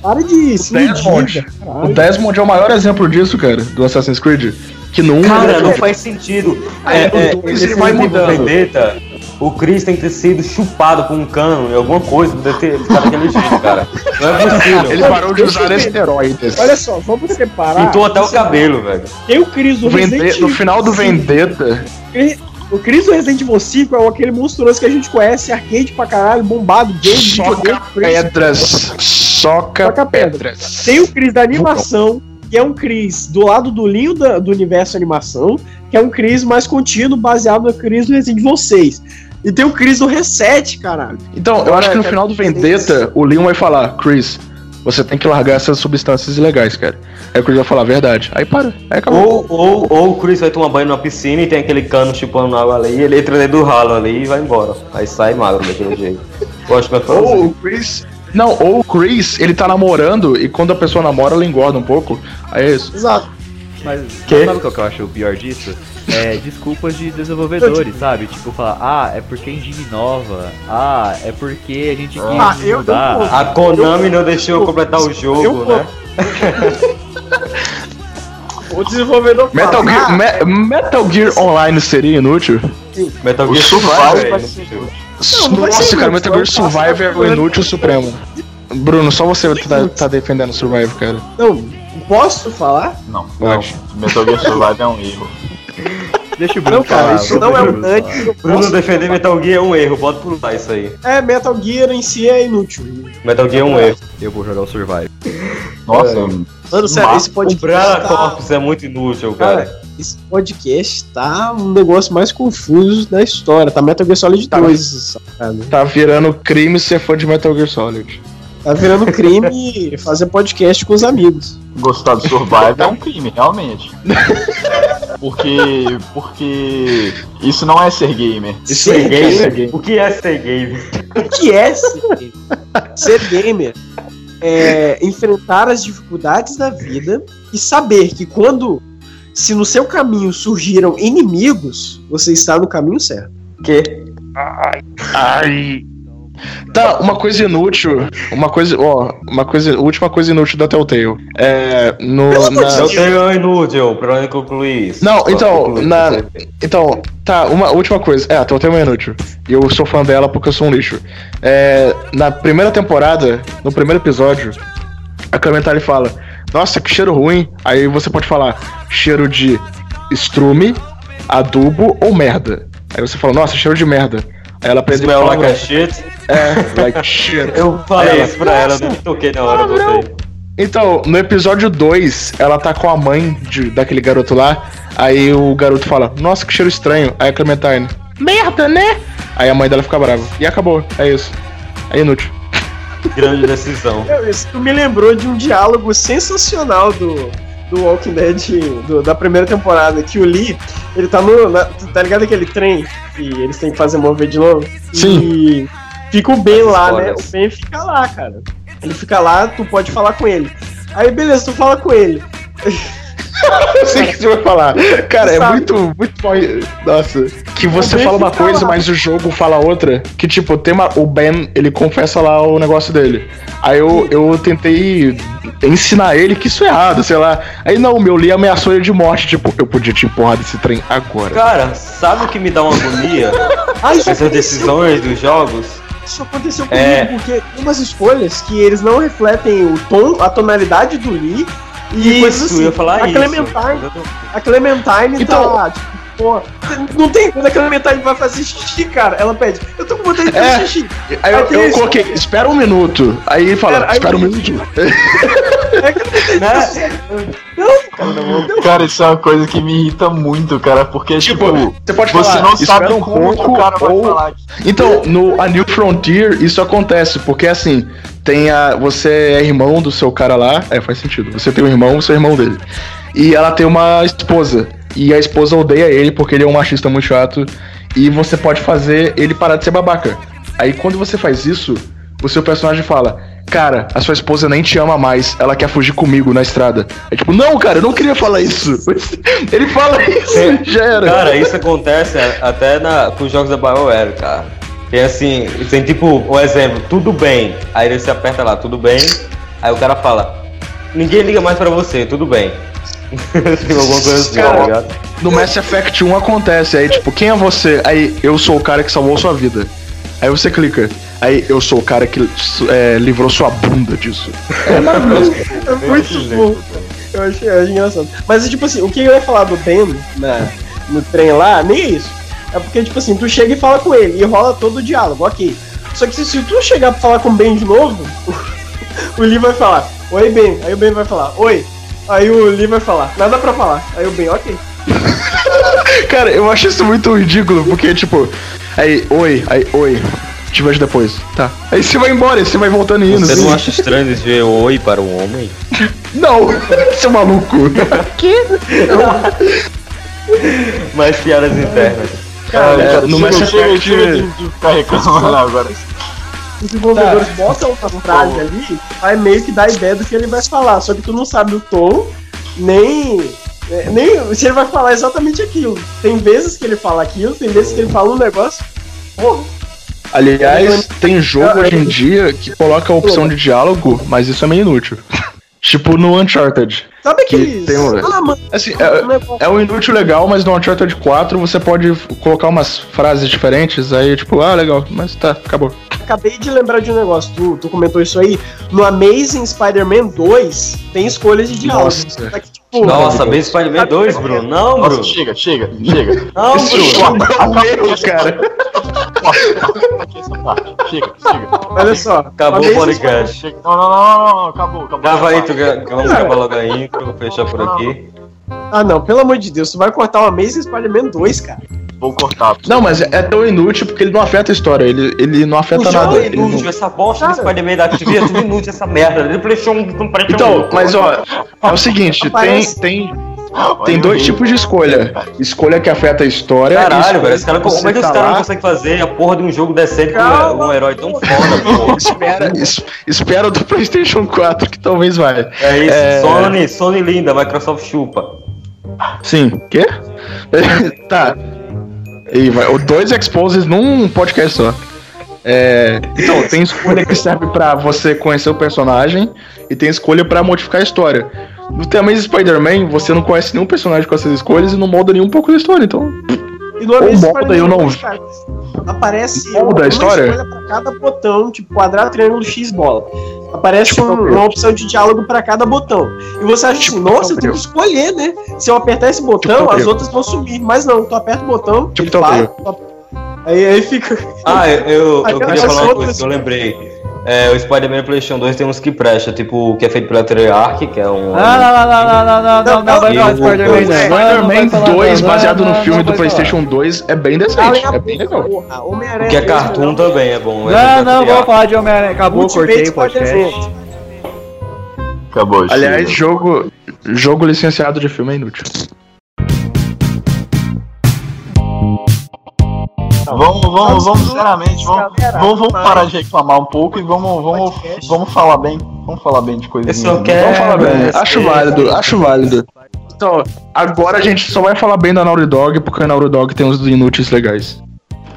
Speaker 4: Para de se
Speaker 7: é Desmond.
Speaker 4: medir,
Speaker 7: o
Speaker 4: caralho.
Speaker 7: Desmond é o maior exemplo disso, cara, do Assassin's Creed. Que no 1
Speaker 5: Cara, não faz sentido.
Speaker 7: É, é,
Speaker 5: no dois
Speaker 7: ele vai
Speaker 5: Evil
Speaker 7: mudando.
Speaker 5: Vendetta, o Chris tem que ter sido chupado por um cano em alguma coisa pra ter ficado daquele jeito, cara. Não é possível.
Speaker 7: ele parou de
Speaker 4: Deixa eu
Speaker 7: usar
Speaker 4: ver.
Speaker 7: esteroides.
Speaker 4: Olha só, vamos separar.
Speaker 5: Pintou até o cabelo, velho.
Speaker 4: Tem o Cris do
Speaker 7: No Vende-
Speaker 4: Resident
Speaker 7: no
Speaker 4: Evil.
Speaker 7: final do Vendetta,
Speaker 4: O Chris do Resident Evil 5 é aquele monstruoso que a gente conhece, arcade pra caralho, bombado, game,
Speaker 7: soca
Speaker 4: videogame, Chris.
Speaker 7: pedras. Soca,
Speaker 4: Soca pedra.
Speaker 7: pedras.
Speaker 4: Tem o Chris da animação, que é um Chris do lado do linho da- do universo animação, que é um Chris mais contínuo, baseado no Chris do Resident Evil 6. E tem o Chris do Reset, caralho.
Speaker 7: Então, eu acho que no final do Vendetta, o Leon vai falar, Chris, você tem que largar essas substâncias ilegais, cara. Aí o Chris vai falar a verdade. Aí para, aí acabou.
Speaker 5: Ou, ou, ou o Chris vai tomar banho na piscina e tem aquele cano chupando na água ali, ele entra dentro do ralo ali e vai embora. Aí sai magro daquele jeito. Eu acho que vai assim. fazer.
Speaker 7: Ou o Chris. Não, ou o Chris, ele tá namorando e quando a pessoa namora, ela engorda um pouco. Aí é isso.
Speaker 4: Exato.
Speaker 2: Mas
Speaker 5: Que?
Speaker 2: sabe qual que eu acho o pior disso? É desculpas de desenvolvedores, sabe? Tipo, falar, ah, é porque a engine nova, ah, é porque a gente quis
Speaker 4: Ah, eu- eu
Speaker 2: mudar.
Speaker 4: vou-
Speaker 5: A Konami não deixou eu completar o jogo,
Speaker 4: eu-
Speaker 5: né?
Speaker 4: O desenvolvedor fala,
Speaker 7: Metal Gear,
Speaker 4: "Ah,
Speaker 7: Me- Metal Gear Online seria inútil?
Speaker 5: Metal
Speaker 3: O
Speaker 5: Gear é, né?
Speaker 3: Survival vai
Speaker 5: velho.
Speaker 3: ser
Speaker 7: tipo,
Speaker 3: inútil.
Speaker 4: não vai
Speaker 7: Nossa,
Speaker 4: ser
Speaker 7: cara,
Speaker 4: inútil,
Speaker 7: Metal
Speaker 4: é
Speaker 7: Gear
Speaker 4: um
Speaker 7: Survive é o
Speaker 4: clássico.
Speaker 7: inútil supremo. Bruno, só você tá, tá defendendo o Survive, cara.
Speaker 4: Ah, Não, posso falar?
Speaker 3: Não,
Speaker 7: Pode.
Speaker 3: não. Metal Gear Survive é um erro.
Speaker 2: Deixa o Bruno
Speaker 4: Não, cara,
Speaker 2: falar,
Speaker 4: isso
Speaker 2: vou
Speaker 4: não é
Speaker 2: deixar o
Speaker 4: um
Speaker 2: Bruno
Speaker 4: dano.
Speaker 2: falar.
Speaker 4: eu
Speaker 5: Bruno
Speaker 4: posso-
Speaker 5: defender Metal Gear é um erro, pode pular isso aí.
Speaker 4: É, Metal Gear em si é inútil.
Speaker 5: Metal Gear é um erro.
Speaker 2: Eu vou jogar o Survive.
Speaker 3: Nossa,
Speaker 4: Mano, sério, esse
Speaker 5: O Brana
Speaker 4: podcast tá...
Speaker 5: Corps é muito inútil, cara.
Speaker 4: Esse podcast tá um negócio mais confuso da história. Tá Metal Gear Solid
Speaker 7: Tá.
Speaker 4: 2, sacado.
Speaker 7: Tá virando crime ser fã de Metal Gear Solid.
Speaker 4: Tá virando crime fazer podcast com os amigos.
Speaker 3: gostar do Survive é um crime, realmente. Porque. Porque. Isso não é ser gamer.
Speaker 5: Isso é game? O que é ser game?
Speaker 4: O que é ser gamer? Ser gamer é enfrentar as dificuldades da vida e saber que quando, se no seu caminho surgiram inimigos, você está no caminho certo.
Speaker 7: Tá, uma coisa inútil. Uma coisa. Ó, uma coisa. Última coisa inútil da Telltale. É. No. na-
Speaker 5: Eu tenho um inútil, pra eu concluir isso.
Speaker 7: Não,
Speaker 5: Pra
Speaker 7: então,
Speaker 5: concluir
Speaker 7: na-
Speaker 5: isso aí.
Speaker 7: Então, tá, uma última coisa. É, a Telltale é inútil. E eu sou fã dela porque eu sou um lixo. É, na primeira temporada, no primeiro episódio, a Clementine fala: Nossa, que cheiro ruim. Aí você pode falar: cheiro de estrume, adubo ou merda. Aí você fala: Nossa, cheiro de merda. Aí ela aprende
Speaker 5: Smell like a shit.
Speaker 7: É, like shit.
Speaker 5: Eu falei
Speaker 7: Ela-
Speaker 5: isso pra ela, não me toquei na hora, botei.
Speaker 7: Então, no episódio 2, ela tá com a mãe de- daquele garoto lá. Aí o garoto fala, nossa, que cheiro estranho. Aí a Clementine, merda, né? Aí a mãe dela fica brava. E acabou, é isso. É inútil.
Speaker 5: Grande decisão.
Speaker 4: Meu, Isso tu me lembrou de um diálogo sensacional do, do Walking Dead do- da primeira temporada, que o Lee, ele tá no. na- tá ligado aquele trem que eles têm que fazer mover de novo? Sim. E fica o Ben
Speaker 5: As
Speaker 4: lá, né?
Speaker 5: escolas.
Speaker 4: O Ben fica lá, cara. Ele fica lá, tu pode falar com ele. Aí beleza, tu fala com ele.
Speaker 7: Eu sei o que você vai falar. Cara, é
Speaker 10: Sabe.
Speaker 7: muito, muito mal. Nossa. Que você
Speaker 10: Não
Speaker 7: fala uma
Speaker 10: deixa eu
Speaker 7: coisa,
Speaker 10: falar.
Speaker 7: mas o jogo fala outra. Que tipo, tem uma- o Ben, ele confessa lá o negócio dele. Aí eu, eu tentei ensinar ele que isso é errado, sei lá. Aí não, meu Lee ameaçou ele de morte. Tipo, eu podia te empurrar desse trem agora.
Speaker 5: Cara, sabe o que me dá uma agonia?
Speaker 4: Ah, isso
Speaker 5: Essas
Speaker 4: aconteceu.
Speaker 5: decisões dos jogos?
Speaker 4: Isso aconteceu comigo,
Speaker 5: É.
Speaker 4: porque tem umas escolhas que eles não refletem o tom, a tonalidade do Lee. E coisas
Speaker 5: Isso,
Speaker 4: assim.
Speaker 5: eu ia falar
Speaker 4: a
Speaker 5: isso.
Speaker 4: Clementine, a Clementine
Speaker 7: Então-
Speaker 4: tá, tipo, pô, não tem quando a Clementine vai fazer xixi, cara. Ela pede, eu tô com vontade de fazer
Speaker 7: É.
Speaker 4: xixi.
Speaker 7: Aí eu,
Speaker 4: Mas tem
Speaker 7: eu
Speaker 4: isso.
Speaker 7: coloquei, espera um minuto. Aí ele fala,
Speaker 4: Espera, aí
Speaker 7: espera um
Speaker 4: eu-
Speaker 7: minuto.
Speaker 4: É que
Speaker 5: Né?
Speaker 3: Cara, isso é uma coisa que me irrita muito, cara, porque, tipo,
Speaker 7: Tipo, você pode
Speaker 3: você
Speaker 7: falar,
Speaker 3: não sabe
Speaker 7: espera um
Speaker 3: como
Speaker 7: pouco
Speaker 3: o cara vai
Speaker 7: ou-
Speaker 3: falar que
Speaker 7: Então, no A New Frontier, isso acontece, porque assim, tem a. Você é irmão do seu cara lá. É, faz sentido. Você tem um irmão, você é irmão dele. E ela tem uma esposa. E a esposa odeia ele porque ele é um machista muito chato. E você pode fazer ele parar de ser babaca. Aí quando você faz isso, o seu personagem fala. Cara, a sua esposa nem te ama mais, ela quer fugir comigo na estrada. É tipo, não, cara, eu não queria falar isso. Ele fala isso, já era.
Speaker 5: Cara, isso acontece até na, com os jogos da BioWare, cara. Tem assim, tem tipo, um exemplo, tudo bem. Aí você aperta lá, tudo bem. Aí o cara fala, ninguém liga mais pra você, tudo bem. Tem alguma coisa assim, tá
Speaker 7: Cara,
Speaker 5: ligado?
Speaker 7: No Mass Effect 1 acontece, aí tipo, quem é você? Aí eu sou o cara que salvou sua vida. Aí você clica, aí eu sou o cara que é, livrou sua bunda disso.
Speaker 4: É muito bom. Eu achei, eu achei engraçado. Mas, tipo assim, o que eu ia falar do Ben na- no trem lá, nem é isso. É porque, tipo assim, tu chega e fala com ele e rola todo o diálogo, ok. Só que se, se tu chegar pra falar com o Ben de novo, o Lee vai falar, oi Ben. Aí o Ben vai falar, oi. Aí o Lee vai falar, nada pra falar. Aí o Ben, ok.
Speaker 7: Cara, eu acho isso muito ridículo, porque tipo, aí, oi, aí, oi, te vejo depois, tá? Aí você vai embora, e você vai voltando e indo.
Speaker 5: Você
Speaker 7: assim.
Speaker 5: não é- acha estranho dizer oi para um homem?
Speaker 7: Não, seu maluco.
Speaker 5: Mas piadas internas.
Speaker 3: Cara,
Speaker 7: É,
Speaker 3: cara,
Speaker 7: no
Speaker 3: chega,
Speaker 7: Mass
Speaker 3: chega,
Speaker 7: Effect-
Speaker 3: chega de- de ficar reclamando agora.
Speaker 4: Os desenvolvedores botam uma frase ali, aí meio que dá a ideia do que ele vai falar, só que tu não sabe o tom, nem. é, Nem se ele vai falar exatamente aquilo. Tem vezes que ele fala aquilo, tem vezes que ele fala um negócio. Pô,
Speaker 7: Aliás, tem jogo hoje em dia que coloca a opção de diálogo, mas isso é meio inútil. tipo no Uncharted.
Speaker 4: sabe
Speaker 7: Que
Speaker 4: aqueles.
Speaker 7: tem um-
Speaker 4: Ah, mano,
Speaker 7: Assim, é,
Speaker 4: um negócio-
Speaker 7: É um inútil legal, mas no Uncharted 4 você pode colocar umas frases diferentes, aí tipo, ah, legal, mas tá, acabou.
Speaker 4: Acabei de lembrar de um negócio, tu, tu comentou isso aí. No Amazing Spider-Man 2, tem escolhas de diálogo.
Speaker 7: Nossa.
Speaker 4: Só que, tipo,
Speaker 5: Nossa, mesmo Spider-Man 2, Bruno. Não,
Speaker 3: Nossa,
Speaker 5: Bruno.
Speaker 3: chega, chega, chega.
Speaker 5: Não, Bruno.
Speaker 7: erro, cara.
Speaker 3: Aqui essa parte. Chega, chega.
Speaker 7: é
Speaker 4: olha só.
Speaker 5: Acabou o
Speaker 4: Amazing
Speaker 5: podcast.
Speaker 3: Chega. Não, não, não, não, não, acabou, acabou.
Speaker 5: Grava aí, tu, gra- vamos gravar logo a intro, fechar por aqui.
Speaker 4: Ah, não, pelo amor de Deus, tu vai cortar o Amazing Spider-Man 2, cara.
Speaker 3: Vou cortar.
Speaker 7: Não, mas é tão inútil porque ele não afeta a história, ele, ele não afeta
Speaker 4: O jogo
Speaker 7: nada.
Speaker 4: é
Speaker 7: ele
Speaker 5: Inútil
Speaker 7: não...
Speaker 5: essa bosta do
Speaker 4: Cara.
Speaker 5: Spider-Man da TV, é tudo inútil essa merda. Ele prestou um não prestou
Speaker 7: Então,
Speaker 5: um-
Speaker 7: mas ó, é o seguinte, tem,
Speaker 4: Aparece.
Speaker 7: tem,
Speaker 3: Olha
Speaker 7: tem
Speaker 3: o
Speaker 7: dois
Speaker 3: rei.
Speaker 7: tipos de escolha. Escolha que afeta a história. e
Speaker 5: Caralho,
Speaker 7: escolha
Speaker 5: velho, esse cara,
Speaker 7: que
Speaker 5: como
Speaker 7: você
Speaker 5: é que os
Speaker 7: tá
Speaker 5: caras não
Speaker 7: lá,
Speaker 5: conseguem fazer a porra de um jogo decente com
Speaker 4: Calma.
Speaker 5: um herói tão foda, pô?
Speaker 7: Espera, es- espera o do Playstation 4 que talvez vai.
Speaker 5: É isso,
Speaker 7: É.
Speaker 5: Sony, Sony linda, Microsoft chupa.
Speaker 7: Sim. Quê? tá. E vai, o dois exposes num podcast só. É, então, tem escolha que serve pra você conhecer o personagem e tem escolha pra modificar a história. No The Amazing Spider-Man, você não conhece nenhum personagem com essas escolhas e não molda nenhum pouco da história, então.
Speaker 4: E no
Speaker 7: Ou
Speaker 4: Amazing
Speaker 7: molda, eu não-
Speaker 4: dois, cara, Aparece
Speaker 7: Molda a
Speaker 4: uma
Speaker 7: história?
Speaker 4: escolha pra cada botão, tipo quadrado, triângulo, X, bola. Aparece
Speaker 7: Tipo,
Speaker 4: um- uma opção de diálogo pra cada botão. E você acha assim, nossa, eu tenho
Speaker 7: Gabriel.
Speaker 4: que escolher, né? Se eu apertar esse botão,
Speaker 7: Tipo,
Speaker 4: as
Speaker 7: Gabriel.
Speaker 4: outras vão sumir. Mas não, tu aperta o botão,
Speaker 7: Tipo,
Speaker 4: ele vai.
Speaker 7: Gabriel.
Speaker 4: tu ap- Aí, aí fica.
Speaker 5: Ah, eu, eu, eu
Speaker 4: Aquelas
Speaker 5: queria falar uma
Speaker 4: outras-
Speaker 5: coisa que eu lembrei. É, o Spider-Man PlayStation 2 tem uns que presta, tipo o que é feito pela Treyarch, que é um.
Speaker 2: Ah, lá, lá, lá, lá, lá, lá, não, não vai falar de Spider-Man, não. Não, não É, vai
Speaker 7: Spider-Man
Speaker 2: falar, não,
Speaker 7: 2,
Speaker 2: não,
Speaker 7: baseado
Speaker 2: não,
Speaker 7: no
Speaker 2: não,
Speaker 7: filme
Speaker 2: não
Speaker 7: do
Speaker 2: vai
Speaker 7: PlayStation 2, é bem decente. É bem legal.
Speaker 4: "Ah, Porra, Homem-Aranha. né?
Speaker 5: que é
Speaker 4: 3,
Speaker 5: cartoon
Speaker 7: tá
Speaker 4: melhor.
Speaker 5: também, é bom.
Speaker 2: falar.
Speaker 5: é
Speaker 2: Não,
Speaker 5: feito pela
Speaker 2: não, vamos
Speaker 5: Treyarch.
Speaker 2: falar de Homem-Aranha. Acabou,
Speaker 4: Ultimate
Speaker 2: cortei o podcast.
Speaker 4: Spider-Man.
Speaker 3: Acabou,
Speaker 7: Aliás,
Speaker 3: chega.
Speaker 7: jogo, jogo licenciado de filme é inútil.
Speaker 3: Vamos, vamos, vamos, sinceramente, vamos,
Speaker 4: Galera,
Speaker 3: vamos, vamos
Speaker 4: vai.
Speaker 3: parar de reclamar um pouco e vamos, vamos,
Speaker 4: Podcast.
Speaker 3: vamos falar bem. Vamos falar bem de coisinha.
Speaker 5: Eu só
Speaker 3: né?
Speaker 5: quero-
Speaker 7: Vamos falar,
Speaker 5: É,
Speaker 7: velho.
Speaker 5: é,
Speaker 7: Acho
Speaker 5: é,
Speaker 7: válido, acho válido. Então, agora a gente só vai falar bem da Naughty Dog, porque a Naughty Dog tem uns inúteis legais.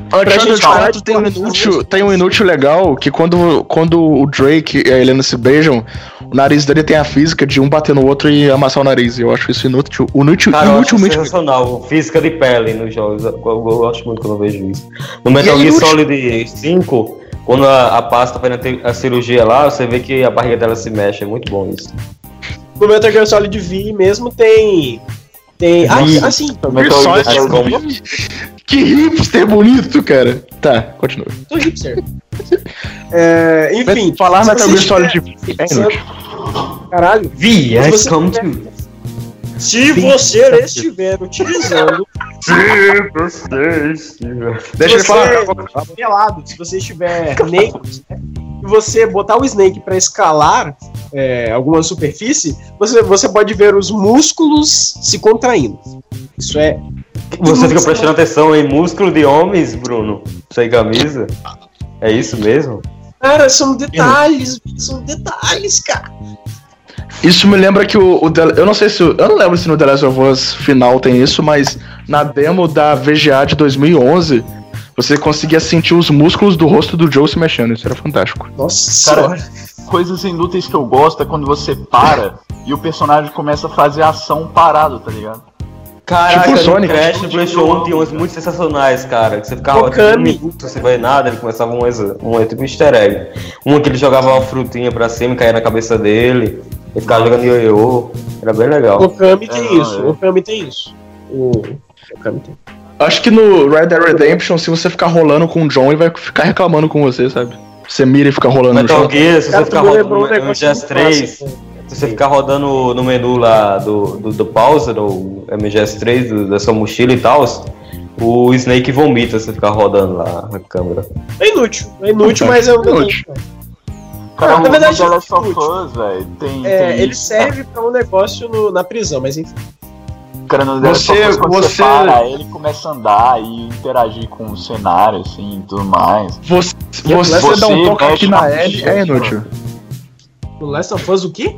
Speaker 7: Uncharted
Speaker 10: gente falar
Speaker 7: 4
Speaker 10: de
Speaker 7: tem um,
Speaker 10: Naughty Dog.
Speaker 7: inútil, tem um inútil legal que quando, quando o Drake e a Helena se beijam, o nariz dele tem a física de um bater no outro e amassar o nariz. Eu acho isso inútil. Inútil,
Speaker 5: Cara, eu acho
Speaker 7: inutilmente.
Speaker 5: sensacional. Física de pele nos jogos. Eu, eu gosto muito quando eu vejo isso. No Metal
Speaker 7: E é
Speaker 5: Gear
Speaker 7: inútil.
Speaker 5: Solid 5, quando a, a pasta faz a te- a cirurgia lá, você vê que a barriga dela se mexe. É muito bom isso.
Speaker 4: No Metal Gear Solid V mesmo tem. Tem. Ah,
Speaker 5: Vi.
Speaker 4: assim.
Speaker 5: Metal Gear
Speaker 7: Solid
Speaker 5: Solid
Speaker 7: V. Que hipster bonito, cara. Tá, continua.
Speaker 4: Tô hipster. É, enfim.
Speaker 7: Falar
Speaker 4: se
Speaker 7: Metal
Speaker 4: você
Speaker 7: Gear
Speaker 4: tiver-
Speaker 7: Solid é
Speaker 4: se-
Speaker 7: inútil.
Speaker 4: Caralho.
Speaker 5: Vi,
Speaker 4: Se
Speaker 5: I
Speaker 4: você
Speaker 5: come
Speaker 4: tiver-
Speaker 5: to.
Speaker 4: Se você estiver utilizando.
Speaker 7: Deixa
Speaker 4: você-
Speaker 7: ele falar.
Speaker 4: Pelado, se você estiver naked, né, e você botar o Snake pra escalar é, alguma superfície, você, você pode ver os músculos se contraindo. Isso é.
Speaker 5: Você fica prestando atenção em músculo de homens, Bruno? Sem camisa? É isso mesmo?
Speaker 4: Cara, são detalhes, são detalhes, cara.
Speaker 7: Isso me lembra que o, o The- eu não sei se eu não lembro se no The Last of Us final tem isso, mas na demo da VGA de 2011 você conseguia sentir os músculos do rosto do Joe se mexendo, isso era fantástico.
Speaker 4: Nossa
Speaker 3: Cara,
Speaker 4: senhora.
Speaker 3: Coisas inúteis que eu gosto é quando você para e o personagem começa a fazer ação parado, tá ligado?
Speaker 5: Caraca,
Speaker 7: Tipo
Speaker 5: no
Speaker 7: Sonic.
Speaker 5: Crash no PlayStation 1 tinha uns muito sensacionais, cara. Que você ficava
Speaker 4: Okami.
Speaker 5: um minuto sem ver nada, ele começava um, ex- um tipo um easter egg. Um que ele jogava uma frutinha pra cima e caía na cabeça dele. Ele ficava jogando ioiô. Era bem
Speaker 4: O
Speaker 5: legal.
Speaker 4: Kami tem
Speaker 3: É,
Speaker 4: isso,
Speaker 3: é.
Speaker 4: o Kami tem isso. O, o Kami tem.
Speaker 7: Acho que no Red Dead Redemption se você ficar rolando com o John ele vai ficar reclamando com você, sabe? Você mira e fica rolando no
Speaker 5: Metal
Speaker 7: chão.
Speaker 5: Gear, se você
Speaker 4: Cara,
Speaker 5: ficar
Speaker 4: tu me
Speaker 5: rodando um
Speaker 4: lembrou um
Speaker 5: no- no GS3,
Speaker 4: muito massa,
Speaker 5: se você ficar rodando no menu lá do, do, do Pausa, do MGS3, do- da sua mochila e tal, o Snake vomita se você ficar rodando lá na câmera.
Speaker 4: cara. É inútil, é inútil, mas é um
Speaker 7: Inútil.
Speaker 4: detalhe.
Speaker 3: Cara,
Speaker 4: Ah, na
Speaker 3: o
Speaker 4: verdade,
Speaker 3: The Last of
Speaker 4: inútil.
Speaker 3: Us, é velho,
Speaker 7: um
Speaker 3: tem,
Speaker 4: É,
Speaker 3: tem-
Speaker 4: ele serve pra um negócio no- na prisão, mas enfim.
Speaker 3: Cara, no The Last
Speaker 7: Você-
Speaker 3: of Us, quando
Speaker 7: você-
Speaker 3: você para, ele começa a andar e interagir com o cenário, assim, e tudo mais.
Speaker 7: Você, você,
Speaker 3: Você
Speaker 7: dá um toque
Speaker 3: mexe
Speaker 7: aqui na
Speaker 3: na
Speaker 7: L
Speaker 3: mochila,
Speaker 7: é inútil.
Speaker 4: No Last of Us, o quê?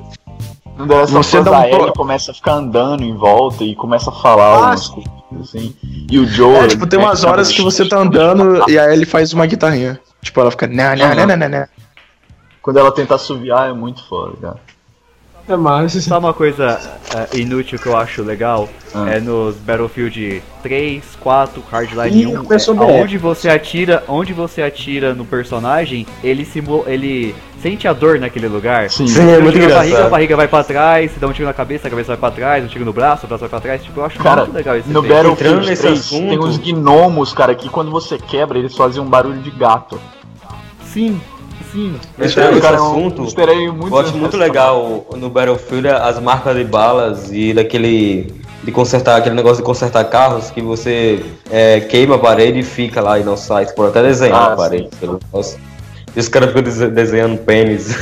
Speaker 3: No The Last
Speaker 7: Você
Speaker 3: of Us,
Speaker 7: dá um
Speaker 3: a Ellie
Speaker 7: toque.
Speaker 3: começa a ficar andando em volta e começa a falar algumas coisas, assim. E o Joe...
Speaker 7: Ah, É,
Speaker 3: ele
Speaker 7: tipo, tem
Speaker 3: pega
Speaker 7: umas
Speaker 3: a
Speaker 7: horas que você tá andando e aí ele faz uma guitarrinha. Tipo, ela fica. Né, né, né, né, né, né.
Speaker 3: Quando ela tenta assoviar, é muito foda, cara.
Speaker 4: É mais.
Speaker 2: Sabe uma coisa eh, inútil que eu acho legal?
Speaker 3: Ah.
Speaker 2: É nos Battlefield 3, 4, Hardline
Speaker 4: Ih,
Speaker 2: 1.
Speaker 4: começou
Speaker 2: é,
Speaker 4: BR.
Speaker 2: onde você atira, onde você atira no personagem, ele simula, ele sente a dor naquele lugar.
Speaker 3: Sim.
Speaker 5: Sim, é
Speaker 2: Dá um
Speaker 5: muito
Speaker 2: tiro na barriga, a
Speaker 5: engraçado.
Speaker 2: barriga vai pra trás, se dá um tiro na cabeça, a cabeça vai pra trás, um tiro no braço, o braço vai pra trás. Tipo, eu acho
Speaker 3: Cara,
Speaker 2: muito legal esse
Speaker 3: No
Speaker 2: efeito.
Speaker 3: Battlefield
Speaker 5: Entrando nesse
Speaker 3: 3
Speaker 5: assunto-
Speaker 3: tem uns gnomos, cara, que quando você quebra, eles fazem um barulho de gato.
Speaker 2: Sim, sim.
Speaker 5: Entrando nesse
Speaker 3: Cara, é um
Speaker 5: assunto,
Speaker 3: easter egg muito
Speaker 5: Eu acho muito legal no Battlefield as marcas de balas e daquele. de consertar, aquele negócio de consertar carros que você é, queima a parede e fica lá e não sai. Você pode até desenhar
Speaker 3: Ah,
Speaker 5: a parede. Pelo... Nossa. E os caras ficam dese- desenhando pênis.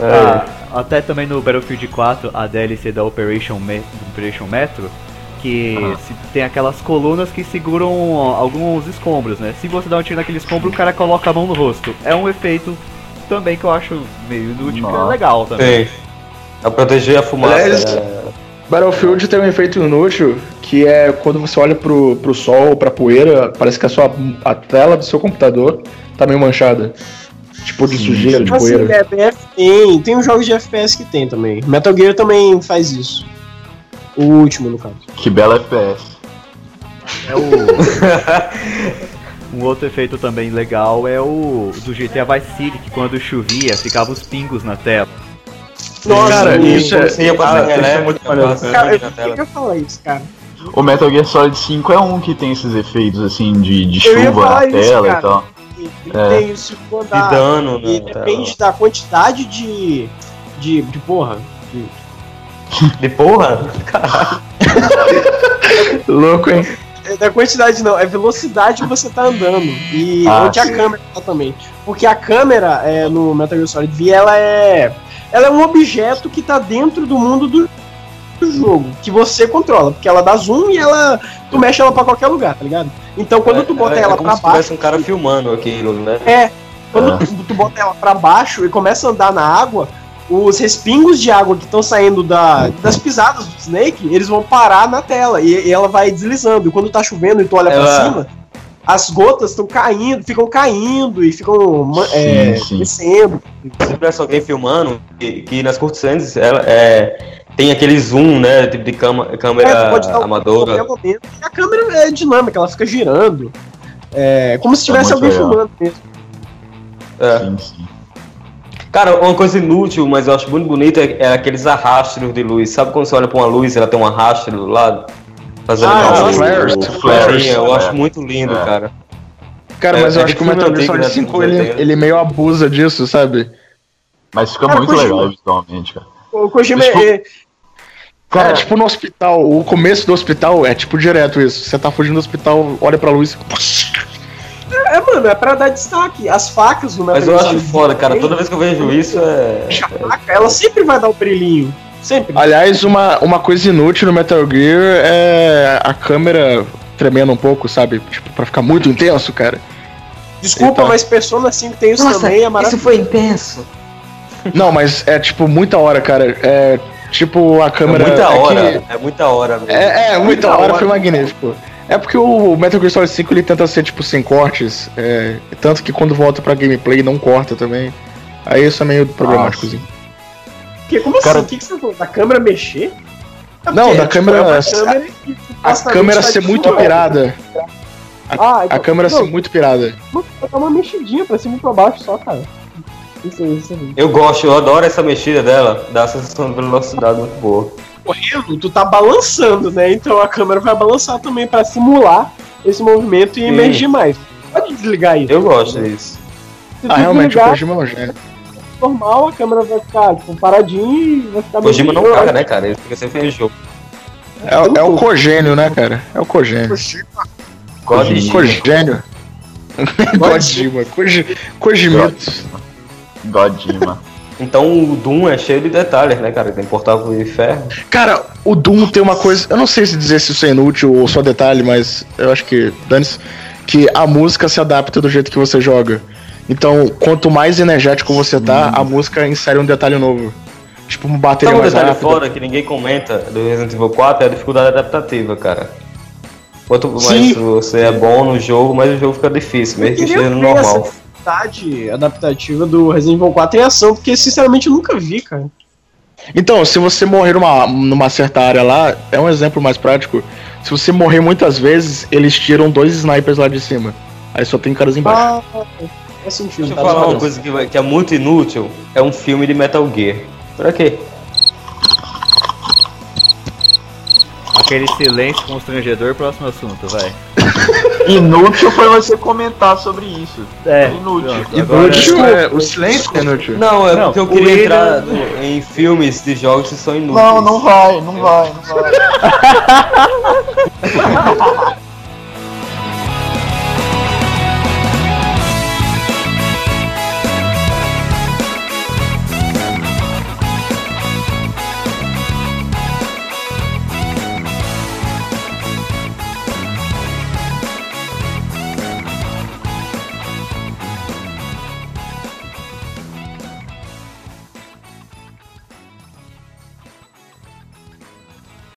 Speaker 2: Ah, até também no Battlefield 4, a DLC da Operation, Me- Operation Metro, que se- tem aquelas colunas que seguram ó, alguns escombros, né? Se você dá um tiro naquele escombro, o cara coloca a mão no rosto. É um efeito também que eu acho meio inútil, que é
Speaker 3: Nossa.
Speaker 2: legal também.
Speaker 5: Sim. Pra proteger a fumaça.
Speaker 7: Aliás, é
Speaker 5: né?
Speaker 7: Battlefield tem um efeito inútil que é quando você olha pro, pro sol ou pra poeira, parece que a, sua, a tela do seu computador tá meio manchada. Tipo de
Speaker 3: Sim,
Speaker 7: sujeira,
Speaker 3: sim.
Speaker 7: de
Speaker 4: Assim,
Speaker 7: poeira.
Speaker 4: é, BF tem, tem um jogo de FPS que tem também. Metal Gear também faz isso. O último, no caso.
Speaker 3: Que bela FPS.
Speaker 2: É o... Um outro efeito também legal é o do GTA Vice City, que quando chovia ficava os pingos na tela.
Speaker 7: cara,
Speaker 4: o-
Speaker 7: isso é-
Speaker 5: Você ia passar
Speaker 7: cara, isso é
Speaker 5: relé,
Speaker 7: muito
Speaker 5: ficava
Speaker 7: maneiro.
Speaker 5: passando
Speaker 4: Cara,
Speaker 5: né? na
Speaker 4: eu,
Speaker 5: tela.
Speaker 4: eu ia falar isso, cara.
Speaker 3: O Metal Gear Solid 5 é um que tem esses efeitos, assim, de, de
Speaker 4: Eu ia
Speaker 3: chuva na
Speaker 4: falar isso,
Speaker 3: tela
Speaker 4: cara.
Speaker 3: e tal.
Speaker 4: E- Ele
Speaker 3: É.
Speaker 4: tem isso quando
Speaker 5: De
Speaker 4: dá.
Speaker 5: dano, né?
Speaker 4: E depende da quantidade de. de. de porra.
Speaker 5: De porra?
Speaker 7: Louco, hein?
Speaker 4: É da quantidade não, é velocidade que você tá andando. E
Speaker 3: Ah,
Speaker 4: onde
Speaker 3: sim.
Speaker 4: a câmera tá também. Porque a câmera é, no Metal Gear Solid V, ela é. Ela é um objeto que tá dentro do mundo do, do jogo, que você controla. Porque ela dá zoom e ela. Tu mexe ela pra qualquer lugar, tá ligado? Então quando tu bota
Speaker 5: é,
Speaker 4: ela
Speaker 5: é como
Speaker 4: pra
Speaker 5: se
Speaker 4: baixo.
Speaker 5: tivesse um cara filmando aquilo, né?
Speaker 4: É. Quando
Speaker 3: É.
Speaker 4: Tu, tu bota ela pra baixo e começa a andar na água, o- os respingos de água que estão saindo da, das pisadas do Snake, eles vão parar na tela e, e ela vai deslizando. E quando tá chovendo e tu olha pra
Speaker 5: Ela-
Speaker 4: cima, as gotas estão caindo, ficam caindo e ficam ma- é,
Speaker 3: Sim, sim.
Speaker 4: descendo.
Speaker 5: Se tivesse alguém filmando, que, que nas cortiçantes ela é, tem aquele zoom, né? Tipo de cama-
Speaker 4: É, tu
Speaker 5: câmera
Speaker 4: pode dar um-
Speaker 5: amadora.
Speaker 4: Qualquer momento. E a câmera é dinâmica, ela fica girando. É como se
Speaker 3: É
Speaker 4: tivesse
Speaker 3: muito
Speaker 4: alguém
Speaker 3: legal.
Speaker 4: filmando mesmo.
Speaker 5: É.
Speaker 3: Sim, sim.
Speaker 5: Cara, uma coisa inútil, mas eu acho muito bonita é, é aqueles arrastros de luz. Sabe quando você olha pra uma luz e ela tem um arrastro do lado? Fazendo
Speaker 4: Ah,
Speaker 5: uma
Speaker 4: os
Speaker 5: luz,
Speaker 7: flares.
Speaker 5: tipo,
Speaker 3: Flares,
Speaker 5: Sim, eu
Speaker 3: é.
Speaker 5: acho muito lindo,
Speaker 3: É.
Speaker 5: cara.
Speaker 7: Cara,
Speaker 5: É,
Speaker 7: mas eu
Speaker 5: é
Speaker 7: acho que o
Speaker 5: filme
Speaker 7: Metal Gear
Speaker 5: antigo,
Speaker 7: Solid
Speaker 5: né,
Speaker 7: 5
Speaker 5: dos anos
Speaker 7: ele,
Speaker 5: 80.
Speaker 7: ele meio abusa disso, sabe?
Speaker 3: Mas fica
Speaker 4: Cara,
Speaker 3: muito
Speaker 4: Kojima.
Speaker 3: legal visualmente, cara.
Speaker 4: O Kojima
Speaker 3: Mas, tipo,
Speaker 4: é,
Speaker 7: Cara, é tipo no hospital, o começo do hospital é tipo direto isso. Você tá fugindo do hospital, olha pra luz.
Speaker 4: é, mano, é pra dar destaque. As facas no
Speaker 5: Mas eu acho
Speaker 4: Solid
Speaker 5: foda, cara.
Speaker 4: 3,
Speaker 5: Toda vez que eu vejo isso é.
Speaker 4: a faca, ela sempre vai dar o brilhinho. Sempre.
Speaker 7: Aliás, uma, uma coisa inútil no Metal Gear é a câmera tremendo um pouco, sabe? Tipo, pra ficar muito intenso, cara.
Speaker 4: Desculpa,
Speaker 7: Então.
Speaker 4: mas Persona 5 tem isso também, é maravilhoso.
Speaker 6: foi intenso.
Speaker 7: Não, mas é tipo muita hora, cara. É tipo a
Speaker 5: É
Speaker 7: câmera.
Speaker 5: muita
Speaker 7: é
Speaker 5: hora.
Speaker 7: que-
Speaker 5: É muita hora mesmo.
Speaker 7: É, é, muita hora,
Speaker 4: hora.
Speaker 7: foi magnífico. É porque o Metal Gear Solid 5 ele tenta ser tipo sem cortes, é, tanto que quando volta pra gameplay não corta também. Aí isso é meio problemáticozinho.
Speaker 4: Porque como
Speaker 3: Cara-
Speaker 4: assim? O que, que você falou? Da câmera mexer? É
Speaker 7: Não,
Speaker 4: porque,
Speaker 7: da câmera-
Speaker 4: é uma
Speaker 7: a-
Speaker 4: que
Speaker 7: A
Speaker 4: supostamente
Speaker 7: câmera
Speaker 4: tá
Speaker 7: ser
Speaker 4: de
Speaker 7: muito
Speaker 4: zoom.
Speaker 7: pirada.
Speaker 4: Ah,
Speaker 7: A câmera
Speaker 4: não,
Speaker 7: ser muito pirada.
Speaker 4: não, Vai dar uma mexidinha pra cima e pra baixo só, cara. Isso aí, isso aí.
Speaker 5: Eu gosto, eu adoro essa mexida dela. Dá a sensação de velocidade muito boa.
Speaker 4: Correndo, tu tá balançando, né? Então a câmera vai balançar também pra simular esse movimento e
Speaker 5: Sim.
Speaker 4: emergir mais. Pode desligar isso.
Speaker 5: Eu gosto disso.
Speaker 4: Se tu
Speaker 7: Ah, realmente, o
Speaker 4: desligar
Speaker 7: Kojima é um gênio.
Speaker 4: normal, a câmera vai ficar tipo, paradinha e vai ficar...
Speaker 5: Kojima não
Speaker 4: Eu
Speaker 5: caga,
Speaker 4: acho
Speaker 5: né, cara? Ele fica sempre em jogo.
Speaker 7: É, o- é o cogênio, né, cara? É o cogênio.
Speaker 5: God
Speaker 3: Kojima.
Speaker 5: Gina.
Speaker 7: Cogênio. Godima. Koji- Kojimito.
Speaker 3: Godima.
Speaker 5: Então o Doom é cheio de detalhes, né, cara? Tem portável de ferro.
Speaker 7: Cara, o Doom tem uma coisa. Eu não sei se dizer se isso é inútil ou só detalhe, mas eu acho que, dane que a música se adapta do jeito que você joga. Então, quanto mais energético você tá, a música insere um detalhe novo. Tipo, uma bateria
Speaker 5: Sabe um
Speaker 7: mais
Speaker 5: detalhe
Speaker 7: rápida.
Speaker 5: fora que ninguém comenta do Resident Evil 4 é a dificuldade adaptativa, cara. Quanto mais
Speaker 4: Sim.
Speaker 5: você é bom no jogo, mais o jogo fica difícil,
Speaker 4: Eu
Speaker 5: mesmo que
Speaker 4: queria
Speaker 5: esteja no
Speaker 4: ver essa
Speaker 5: normal.
Speaker 4: dificuldade adaptativa do Resident Evil 4 em ação, porque sinceramente eu nunca vi, cara.
Speaker 7: Então, se você morrer numa, numa certa área lá, é um exemplo mais prático. Se você morrer muitas vezes, eles tiram dois snipers lá de cima. Aí só tem caras embaixo.
Speaker 4: Ah, é sentido.
Speaker 5: Deixa eu
Speaker 4: tá
Speaker 5: falar uma
Speaker 4: bom.
Speaker 5: coisa que, vai- que é muito inútil, é um filme de Metal Gear. Pra quê?
Speaker 2: Aquele silêncio constrangedor, próximo assunto, vai.
Speaker 3: Inútil foi você comentar sobre isso.
Speaker 2: É,
Speaker 3: Inútil.
Speaker 2: pronto, agora-
Speaker 7: Inútil, é, o silêncio é inútil.
Speaker 5: Não, é
Speaker 2: Não,
Speaker 5: porque eu
Speaker 2: o
Speaker 5: queria
Speaker 2: Willian-
Speaker 5: entrar no- em filmes de jogos que são inúteis.
Speaker 3: Não, não vai, não vai, não vai.